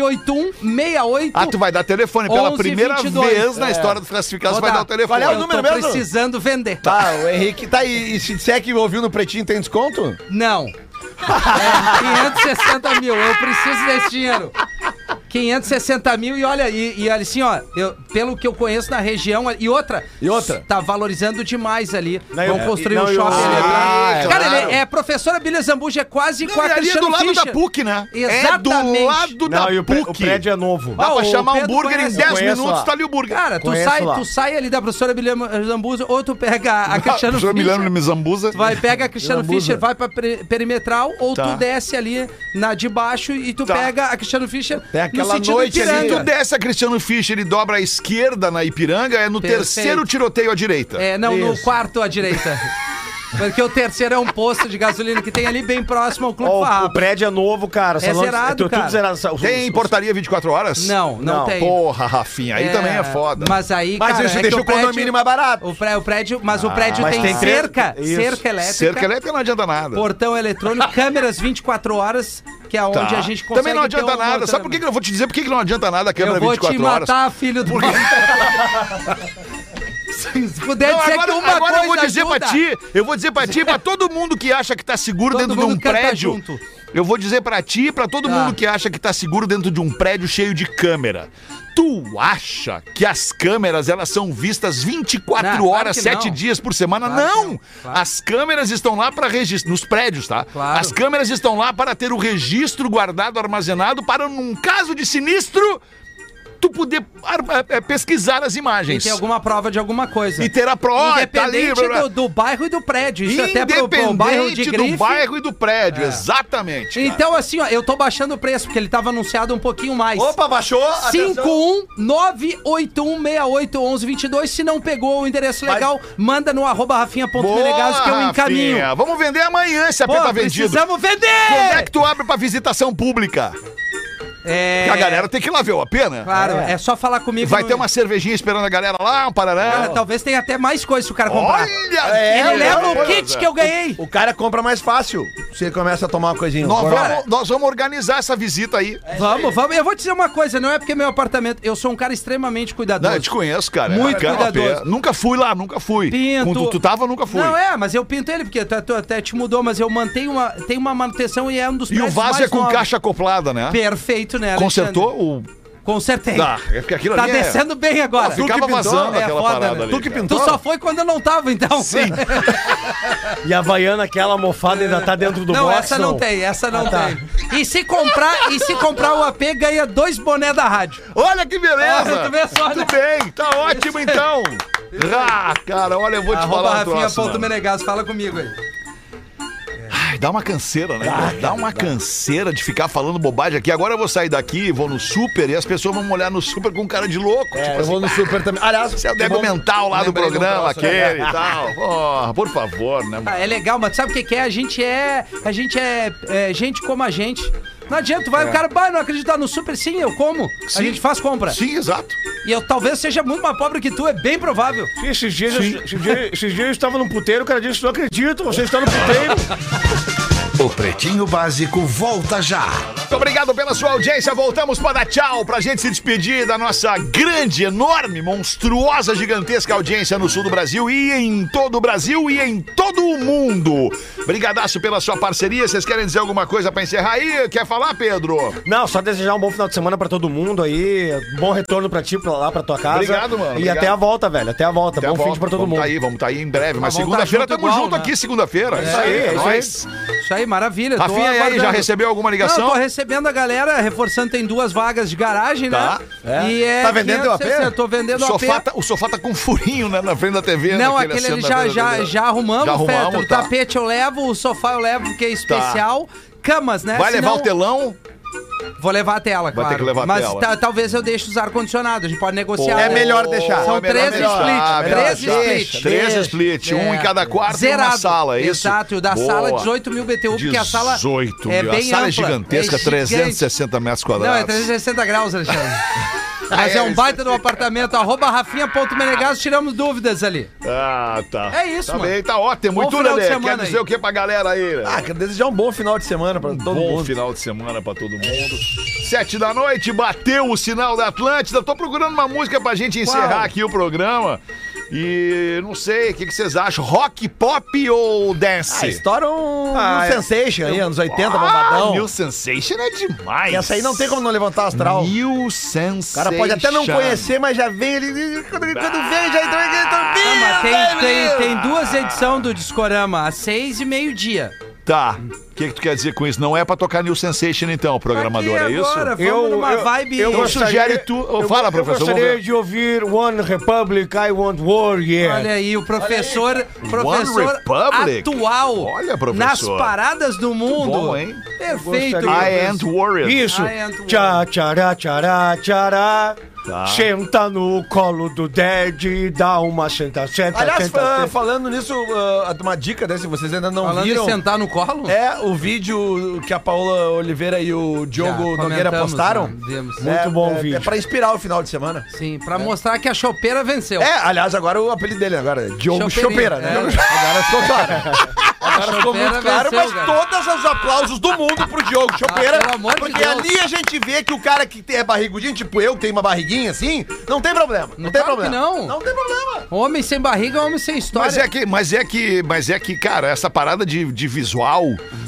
Speaker 3: 5198168.
Speaker 4: Ah, tu vai dar telefone pela
Speaker 3: 11,
Speaker 4: primeira
Speaker 3: 22.
Speaker 4: vez na
Speaker 3: É.
Speaker 4: história dos classificados,
Speaker 3: Vou
Speaker 4: vai dar o telefone.
Speaker 6: Qual é o
Speaker 3: Eu
Speaker 6: número
Speaker 3: tô
Speaker 6: mesmo?
Speaker 3: precisando vender.
Speaker 6: Tá, o Henrique tá aí. E se disser que ouviu no pretinho, tem desconto?
Speaker 3: Não. É, 560 mil. Eu preciso desse dinheiro. 560 mil e olha, e, e olha assim, ó, eu- pelo que eu conheço na região, e outra,
Speaker 6: E outra?
Speaker 3: tá valorizando demais ali.
Speaker 5: Não,
Speaker 3: Vão
Speaker 5: e-
Speaker 3: construir
Speaker 5: não,
Speaker 3: um
Speaker 5: e o-
Speaker 3: shopping. ali
Speaker 4: Ah,
Speaker 3: atrás.
Speaker 4: é
Speaker 3: Cara,
Speaker 4: claro.
Speaker 3: ele é professora Bíblia Zambuja, é quase
Speaker 4: Não,
Speaker 3: com a
Speaker 4: e ali é do
Speaker 3: Cristiano
Speaker 4: lado
Speaker 3: Fischer.
Speaker 4: da PUC, né? É do
Speaker 3: Exatamente.
Speaker 4: lado da
Speaker 5: Não, e o, pré-
Speaker 4: PUC.
Speaker 5: o prédio é novo.
Speaker 4: Dá
Speaker 3: Ah,
Speaker 4: pra
Speaker 3: o
Speaker 4: chamar um
Speaker 3: Pedro
Speaker 4: burger em
Speaker 3: conhece.
Speaker 4: 10
Speaker 5: Conheço
Speaker 4: minutos,
Speaker 5: lá.
Speaker 4: tá ali o burger.
Speaker 3: Cara, tu
Speaker 5: Conheço
Speaker 3: sai,
Speaker 5: lá.
Speaker 3: tu sai ali da professora Bíblia Zambuja, ou tu pega a Cristiano
Speaker 4: Professor Milano
Speaker 3: Fischer.
Speaker 4: Mizambuza.
Speaker 3: Tu vai, pega a Cristiano
Speaker 6: Lambuza.
Speaker 3: Fischer, vai pra pre- perimetral, ou
Speaker 4: Tá.
Speaker 3: tu desce ali na de baixo e tu
Speaker 4: Tá.
Speaker 3: pega a Cristiano Fischer
Speaker 6: Tem aquela
Speaker 3: no sentido
Speaker 6: noite ali,
Speaker 3: Ipiranga.
Speaker 4: Tu desce a Cristiano Fischer e dobra à esquerda na Ipiranga, é no
Speaker 3: Perfeito.
Speaker 4: terceiro tiroteio à direita.
Speaker 3: É, não, no
Speaker 6: Isso.
Speaker 3: quarto à direita. Porque o terceiro é um posto de gasolina que tem ali bem próximo ao Clube
Speaker 5: Ó, o- o,
Speaker 3: Farrapo.
Speaker 5: prédio é novo, cara.
Speaker 3: zerado,
Speaker 5: tudo
Speaker 3: cara.
Speaker 5: zerado. Os-
Speaker 4: Tem
Speaker 5: os-
Speaker 4: portaria 24 horas?
Speaker 3: Não, não,
Speaker 5: Não,
Speaker 3: tem.
Speaker 4: Porra, Rafinha,
Speaker 3: É,
Speaker 4: aí também é foda.
Speaker 3: Mas aí,
Speaker 6: Mas
Speaker 3: cara,
Speaker 6: isso
Speaker 3: é
Speaker 6: deixa
Speaker 3: que
Speaker 6: o condomínio mais barato.
Speaker 3: O, pré- o prédio, mas o prédio
Speaker 5: mas
Speaker 3: tem,
Speaker 5: tem três-
Speaker 3: cerca,
Speaker 5: isso.
Speaker 3: cerca elétrica,
Speaker 4: Cerca elétrica não adianta nada.
Speaker 3: portão eletrônico, câmeras 24 horas, que é onde
Speaker 4: Tá.
Speaker 3: a gente consegue
Speaker 4: Também não
Speaker 3: ter
Speaker 4: adianta
Speaker 3: um
Speaker 4: nada. Sabe por que que eu vou te dizer por que que não adianta nada a câmera
Speaker 3: Eu vou te
Speaker 4: 24 horas?
Speaker 3: matar, filho do. Se puder
Speaker 4: Não,
Speaker 3: dizer
Speaker 4: agora,
Speaker 3: que uma
Speaker 4: agora
Speaker 3: coisa
Speaker 4: eu vou dizer
Speaker 3: ajuda.
Speaker 4: pra ti, eu vou dizer pra ti, e pra todo mundo que acha que tá seguro
Speaker 3: Todo
Speaker 4: dentro de um
Speaker 3: mundo canta
Speaker 4: prédio.
Speaker 3: junto.
Speaker 4: Eu vou dizer pra ti, e pra todo
Speaker 3: Tá.
Speaker 4: mundo que acha que tá seguro dentro de um prédio cheio de câmera. Tu acha que as câmeras elas são vistas 24
Speaker 3: Não, claro
Speaker 4: horas,
Speaker 3: que
Speaker 4: 7
Speaker 3: não.
Speaker 4: dias por semana?
Speaker 3: Claro que
Speaker 4: não!
Speaker 3: não, claro.
Speaker 4: As câmeras estão lá para registro nos prédios, tá?
Speaker 3: Claro.
Speaker 4: As câmeras estão lá para ter o registro guardado, armazenado para num caso de sinistro tu poder ar- eh, eh, pesquisar as
Speaker 3: E
Speaker 4: imagens.
Speaker 3: tem alguma prova de alguma coisa.
Speaker 4: E ter a prova. ó, tá ali,
Speaker 3: Independente
Speaker 4: blá, blá.
Speaker 3: do, do bairro e do prédio. Isso é até pro, pro bairro de
Speaker 4: Independente do
Speaker 3: grife. É.
Speaker 4: bairro e do prédio, exatamente. cara.
Speaker 3: Então, assim, ó, eu tô baixando o preço, porque ele tava anunciado um pouquinho mais.
Speaker 6: Opa, baixou. atenção.
Speaker 3: 51981681122. Se não pegou o endereço legal, manda no arroba rafinha.menegas que eu
Speaker 4: Boa,
Speaker 3: encaminho.
Speaker 4: Rafinha. Vamos vender amanhã esse AP
Speaker 3: Pô, É.
Speaker 4: tá vendido.
Speaker 3: precisamos vender!
Speaker 4: Como é que tu abre pra visitação pública?
Speaker 3: É,
Speaker 4: Porque a galera tem que ir lá ver o AP, né?
Speaker 3: Claro, é, só falar comigo.
Speaker 4: Vai
Speaker 3: no-
Speaker 4: ter uma cervejinha esperando a galera lá, um
Speaker 3: Cara,
Speaker 4: parará.
Speaker 3: talvez tenha até mais coisa se o cara comprar.
Speaker 4: Olha!
Speaker 6: É,
Speaker 3: Ele leva
Speaker 4: olha,
Speaker 3: o kit que eu ganhei.
Speaker 6: O cara compra mais fácil se ele começa a tomar uma coisinha.
Speaker 4: Nós
Speaker 6: Agora-
Speaker 4: vamos, nós vamos organizar essa visita aí.
Speaker 3: É. Vamos, vamos. Eu vou te dizer uma coisa, não é porque é meu apartamento. Eu sou um cara extremamente
Speaker 4: Não,
Speaker 3: cuidadoso.
Speaker 4: eu te conheço, cara.
Speaker 3: Muito
Speaker 4: Eu quero um AP.
Speaker 3: cuidadoso.
Speaker 4: Nunca fui lá, nunca fui.
Speaker 3: Pinto.
Speaker 4: Quando tu tava, nunca fui.
Speaker 3: Não, é, mas eu pinto ele, porque tu, tu até te mudou, mas eu mantenho uma. Tem uma manutenção e é um dos
Speaker 4: E o
Speaker 3: prédios
Speaker 4: vaso
Speaker 3: mais
Speaker 4: é com
Speaker 3: novos.
Speaker 4: caixa acoplada, né?
Speaker 3: Perfeito, né? Alexandre?
Speaker 4: Consertou o.
Speaker 3: Consertei.
Speaker 4: Tá, é porque aquilo
Speaker 3: Tá
Speaker 4: ali é-
Speaker 3: descendo bem
Speaker 4: Ah,
Speaker 3: agora.
Speaker 4: ficava vazando aquela parada ali.
Speaker 3: Tu,
Speaker 4: cara.
Speaker 3: pintou? tu só foi quando eu não tava, então.
Speaker 4: Sim.
Speaker 5: E a Havaiana, aquela mofada ainda tá dentro do
Speaker 3: Não,
Speaker 5: box, Ah, tá.
Speaker 3: essa não tem, essa não tem. E se comprar, e se comprar o AP, ganha dois boné da rádio.
Speaker 4: Olha que beleza!
Speaker 3: Olha, tu vê só, né?
Speaker 4: Muito bem, tá ótimo então! Ah, cara, olha, eu vou te falar um troço, mano.
Speaker 3: Rafinha.menegas, fala comigo aí.
Speaker 4: Ai, dá uma canseira, né? cara? dá uma canseira de ficar falando bobagem aqui. Agora eu vou sair daqui, vou no super e as pessoas vão me olhar no super com cara de louco.
Speaker 6: É,
Speaker 4: tipo
Speaker 6: eu
Speaker 4: assim,
Speaker 6: vou no super também. Aliás,
Speaker 4: Você é o nego
Speaker 6: bom-
Speaker 4: mental lá do
Speaker 6: lembrei de um
Speaker 4: programa,
Speaker 6: troço, né?
Speaker 4: aquele e tal. Porra, por favor, né?
Speaker 3: Ah, é legal, mas sabe o que, que é? A gente é. A gente é, é gente como a gente. Não adianta, vai, o cara, bah, não acreditar no super, sim, eu como. A gente faz compra.
Speaker 4: É. Sim, exato.
Speaker 3: E eu talvez seja muito mais pobre que tu, é bem provável.
Speaker 5: Esses dias, eu- esses, dias, esses dias eu estava num puteiro, o cara disse, não acredito, você está no puteiro.
Speaker 2: O Pretinho Básico volta já.
Speaker 4: Muito obrigado pela sua audiência. Voltamos para dar tchau, pra gente se despedir da nossa grande, enorme, monstruosa, gigantesca audiência no sul do Brasil e em todo o Brasil e em todo o mundo. Brigadaço pela sua parceria. Vocês querem dizer alguma coisa pra encerrar aí? Quer falar, Pedro?
Speaker 5: Não, só desejar um bom final de semana pra todo mundo aí. Bom retorno pra ti, pra lá, pra tua casa.
Speaker 4: Obrigado, mano,
Speaker 5: E
Speaker 4: obrigado.
Speaker 5: até a volta, velho. Até a volta.
Speaker 4: Até a
Speaker 5: bom fim
Speaker 4: volta.
Speaker 5: de pra todo
Speaker 4: vamos
Speaker 5: mundo.
Speaker 4: Tá aí, vamos tá aí em breve.
Speaker 3: Mas
Speaker 4: Mas
Speaker 3: vamos tá
Speaker 4: segunda-feira
Speaker 3: junto
Speaker 4: tamo
Speaker 3: igual,
Speaker 4: junto
Speaker 3: né?
Speaker 4: aqui, segunda-feira. É
Speaker 5: isso aí, é isso aí.
Speaker 4: nóis.
Speaker 3: Isso aí, maravilha. tô
Speaker 4: Rafinha, e aí, já
Speaker 3: aguardando.
Speaker 4: recebeu alguma
Speaker 3: Não,
Speaker 4: ligação?
Speaker 3: eu tô recebendo a galera, reforçando, tem duas vagas de garagem,
Speaker 4: Tá.
Speaker 3: né? E é
Speaker 6: Tá vendendo teu AP?
Speaker 3: 560, Tô
Speaker 4: O
Speaker 3: vendendo o
Speaker 4: sofá,
Speaker 3: AP.
Speaker 4: tá, assim, o sofá tá com um furinho né, na frente da TV.
Speaker 3: Não,
Speaker 4: naquele
Speaker 3: aquele ali
Speaker 4: assento na
Speaker 3: já,
Speaker 4: frente da
Speaker 3: já,
Speaker 4: TV.
Speaker 3: já arrumamos,
Speaker 4: Já arrumamos,
Speaker 3: Fetter. O
Speaker 4: tá.
Speaker 3: tapete eu levo, o sofá eu levo, porque é especial. Camas, né?
Speaker 4: Vai levar
Speaker 3: Senão-
Speaker 4: o telão?
Speaker 3: Vou levar a tela,
Speaker 4: Vai
Speaker 3: claro.
Speaker 4: ter que levar a
Speaker 3: Mas
Speaker 4: tela.
Speaker 3: ta- talvez eu deixe os ar-condicionados, a gente pode negociar. né?
Speaker 6: É
Speaker 3: o-
Speaker 6: melhor deixar.
Speaker 3: São
Speaker 4: É melhor
Speaker 3: três
Speaker 4: deixar,
Speaker 3: split,
Speaker 4: melhor
Speaker 3: três
Speaker 4: deixar.
Speaker 3: split.
Speaker 4: Três
Speaker 6: Deixa.
Speaker 4: split, um
Speaker 3: É.
Speaker 4: em cada quarto e um na sala, é isso?
Speaker 3: Exato, e o da
Speaker 4: Boa.
Speaker 3: sala 18 mil BTU, porque a sala
Speaker 4: 18
Speaker 3: é
Speaker 4: mil.
Speaker 3: bem
Speaker 4: a sala
Speaker 3: ampla,
Speaker 4: é gigantesca,
Speaker 3: é gigante.
Speaker 4: 360 metros quadrados.
Speaker 3: Não, é 360 graus, Alexandre. Mas
Speaker 4: É,
Speaker 3: é
Speaker 4: isso
Speaker 3: um baita do apartamento, arroba rafinha.menegas, tiramos dúvidas ali.
Speaker 4: Ah, tá.
Speaker 3: É isso,
Speaker 4: tá
Speaker 3: mano.
Speaker 4: Bem, tá ótimo.
Speaker 3: Bom
Speaker 4: Muito,
Speaker 3: final de
Speaker 4: Lelê. Quer
Speaker 3: semana
Speaker 4: dizer
Speaker 3: aí.
Speaker 4: o que pra galera aí? Lelê?
Speaker 6: Ah, quero desejar um bom final de semana pra todo
Speaker 4: Bom
Speaker 6: mundo.
Speaker 4: final de semana pra todo mundo. Sete da noite, bateu o sinal da Atlântida. Tô procurando uma música pra gente encerrar aqui o programa. E não sei, o que, que vocês acham? Rock, pop ou
Speaker 6: Ah,
Speaker 4: dance?
Speaker 6: estoura um,
Speaker 5: Ah,
Speaker 6: um
Speaker 5: é.
Speaker 6: Sensation aí, anos 80,
Speaker 4: Ah,
Speaker 6: Tá bombadão.
Speaker 4: New Sensation é demais.
Speaker 6: E essa aí não tem como não levantar astral. O
Speaker 4: New Sensation.
Speaker 6: cara pode até não conhecer, mas já vem ele. Quando, quando vem, já entrou aqui,
Speaker 3: Ah, mas
Speaker 6: entrou
Speaker 3: tem, tem, tem duas edições do Discorama, às seis e meio-dia.
Speaker 4: Tá. O que, que tu quer dizer com isso? Não é pra tocar New Sensation, então, programador, é
Speaker 3: Aqui
Speaker 4: isso?
Speaker 3: Agora, vamos
Speaker 5: Eu-
Speaker 3: numa
Speaker 5: eu-
Speaker 3: vibe...
Speaker 5: eu
Speaker 4: Então
Speaker 5: gosto- gostaria-
Speaker 4: sugere tu.
Speaker 5: Eu-
Speaker 4: fala,
Speaker 5: eu
Speaker 4: professor. vamos
Speaker 5: gostaria
Speaker 4: ver.
Speaker 5: de ouvir One Republic, I Want War, yeah.
Speaker 3: Olha aí, o professor, professor
Speaker 4: Republic?
Speaker 3: atual
Speaker 4: Olha, professor.
Speaker 3: nas paradas do mundo.
Speaker 4: Bom, hein? Ah, é.
Speaker 3: Perfeito.
Speaker 5: Gostaria.
Speaker 4: I ain't worried.
Speaker 5: Isso.
Speaker 3: I am the
Speaker 5: Tchá, tchará, tchará, tchará.
Speaker 4: Tá.
Speaker 5: Senta no colo do Dad e dá uma senta, senta,
Speaker 6: Aliás,
Speaker 5: senta,
Speaker 6: fa-
Speaker 5: senta.
Speaker 6: falando nisso, ah, uma dica, né? Se vocês ainda não
Speaker 3: Falando
Speaker 6: viram.
Speaker 3: em sentar no colo?
Speaker 6: É o vídeo que a Paola Oliveira e o Diogo
Speaker 3: Já,
Speaker 6: Nogueira
Speaker 3: comentamos,
Speaker 6: postaram.
Speaker 3: né? Demos.
Speaker 5: Muito
Speaker 6: É,
Speaker 5: bom o
Speaker 6: é,
Speaker 5: vídeo.
Speaker 6: É pra inspirar o final de semana.
Speaker 3: Sim, pra mostrar que a chopeira venceu.
Speaker 6: É, aliás, agora o apelido dele agora é Diogo
Speaker 3: Chopeira,
Speaker 6: Chopeira,
Speaker 3: é.
Speaker 6: né? Agora ficou claro. Agora ficou
Speaker 3: Chopeira
Speaker 6: muito claro,
Speaker 3: venceu,
Speaker 6: mas
Speaker 3: cara.
Speaker 6: todos os aplausos do mundo pro Diogo Chopeira.
Speaker 3: Ah, pelo amor de
Speaker 6: porque
Speaker 3: Deus.
Speaker 6: ali a gente vê que o cara que é barrigudinho, tipo eu, que tem uma barriguinha assim, não tem problema. Não,
Speaker 3: Não,
Speaker 6: tem
Speaker 3: claro que
Speaker 6: problema.
Speaker 3: não.
Speaker 6: Não tem problema.
Speaker 3: Homem sem barriga, homem sem
Speaker 4: Mas
Speaker 3: história.
Speaker 4: é que, mas é que, mas é que, cara, essa parada de, de visual,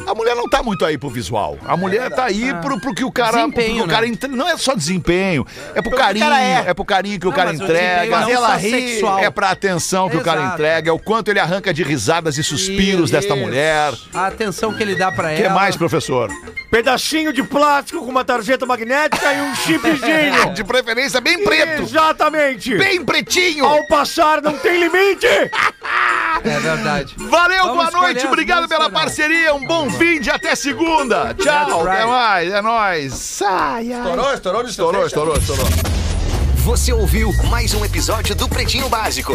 Speaker 4: a mulher não tá muito aí pro visual. A mulher tá aí pro, pro que o cara, pro
Speaker 3: É. Desempenho,
Speaker 4: que o cara
Speaker 3: né?
Speaker 4: entre- não é só desempenho, é pro carinho,
Speaker 6: cara é.
Speaker 4: é. pro carinho que o cara
Speaker 3: mas o desempenho
Speaker 4: entrega,
Speaker 3: não
Speaker 4: ela
Speaker 3: só
Speaker 4: ri,
Speaker 3: sexual.
Speaker 4: é pra atenção que o cara
Speaker 3: Exato.
Speaker 4: entrega, é o quanto ele arranca de risadas e suspiros
Speaker 3: Isso.
Speaker 4: desta mulher.
Speaker 3: A atenção que ele dá pra
Speaker 4: O que
Speaker 3: ela.
Speaker 4: mais, professor?
Speaker 5: Pedacinho de plástico com uma tarjeta magnética e um chipzinho.
Speaker 4: De preferência bem preto,
Speaker 5: Exatamente.
Speaker 4: bem pretinho.
Speaker 5: Ao passar não tem limite.
Speaker 3: É verdade.
Speaker 4: Valeu,
Speaker 3: Vamos
Speaker 4: boa
Speaker 3: escolher
Speaker 4: noite,
Speaker 3: as
Speaker 4: obrigado
Speaker 3: músicas,
Speaker 4: pela
Speaker 3: não.
Speaker 4: parceria, um bom fim de até segunda. Tchau,
Speaker 3: right.
Speaker 4: até mais, é nóis. Saia.
Speaker 6: Estourou, estourou,
Speaker 4: Estourou, estourou, estourou.
Speaker 8: Você ouviu mais um episódio do Pretinho Básico.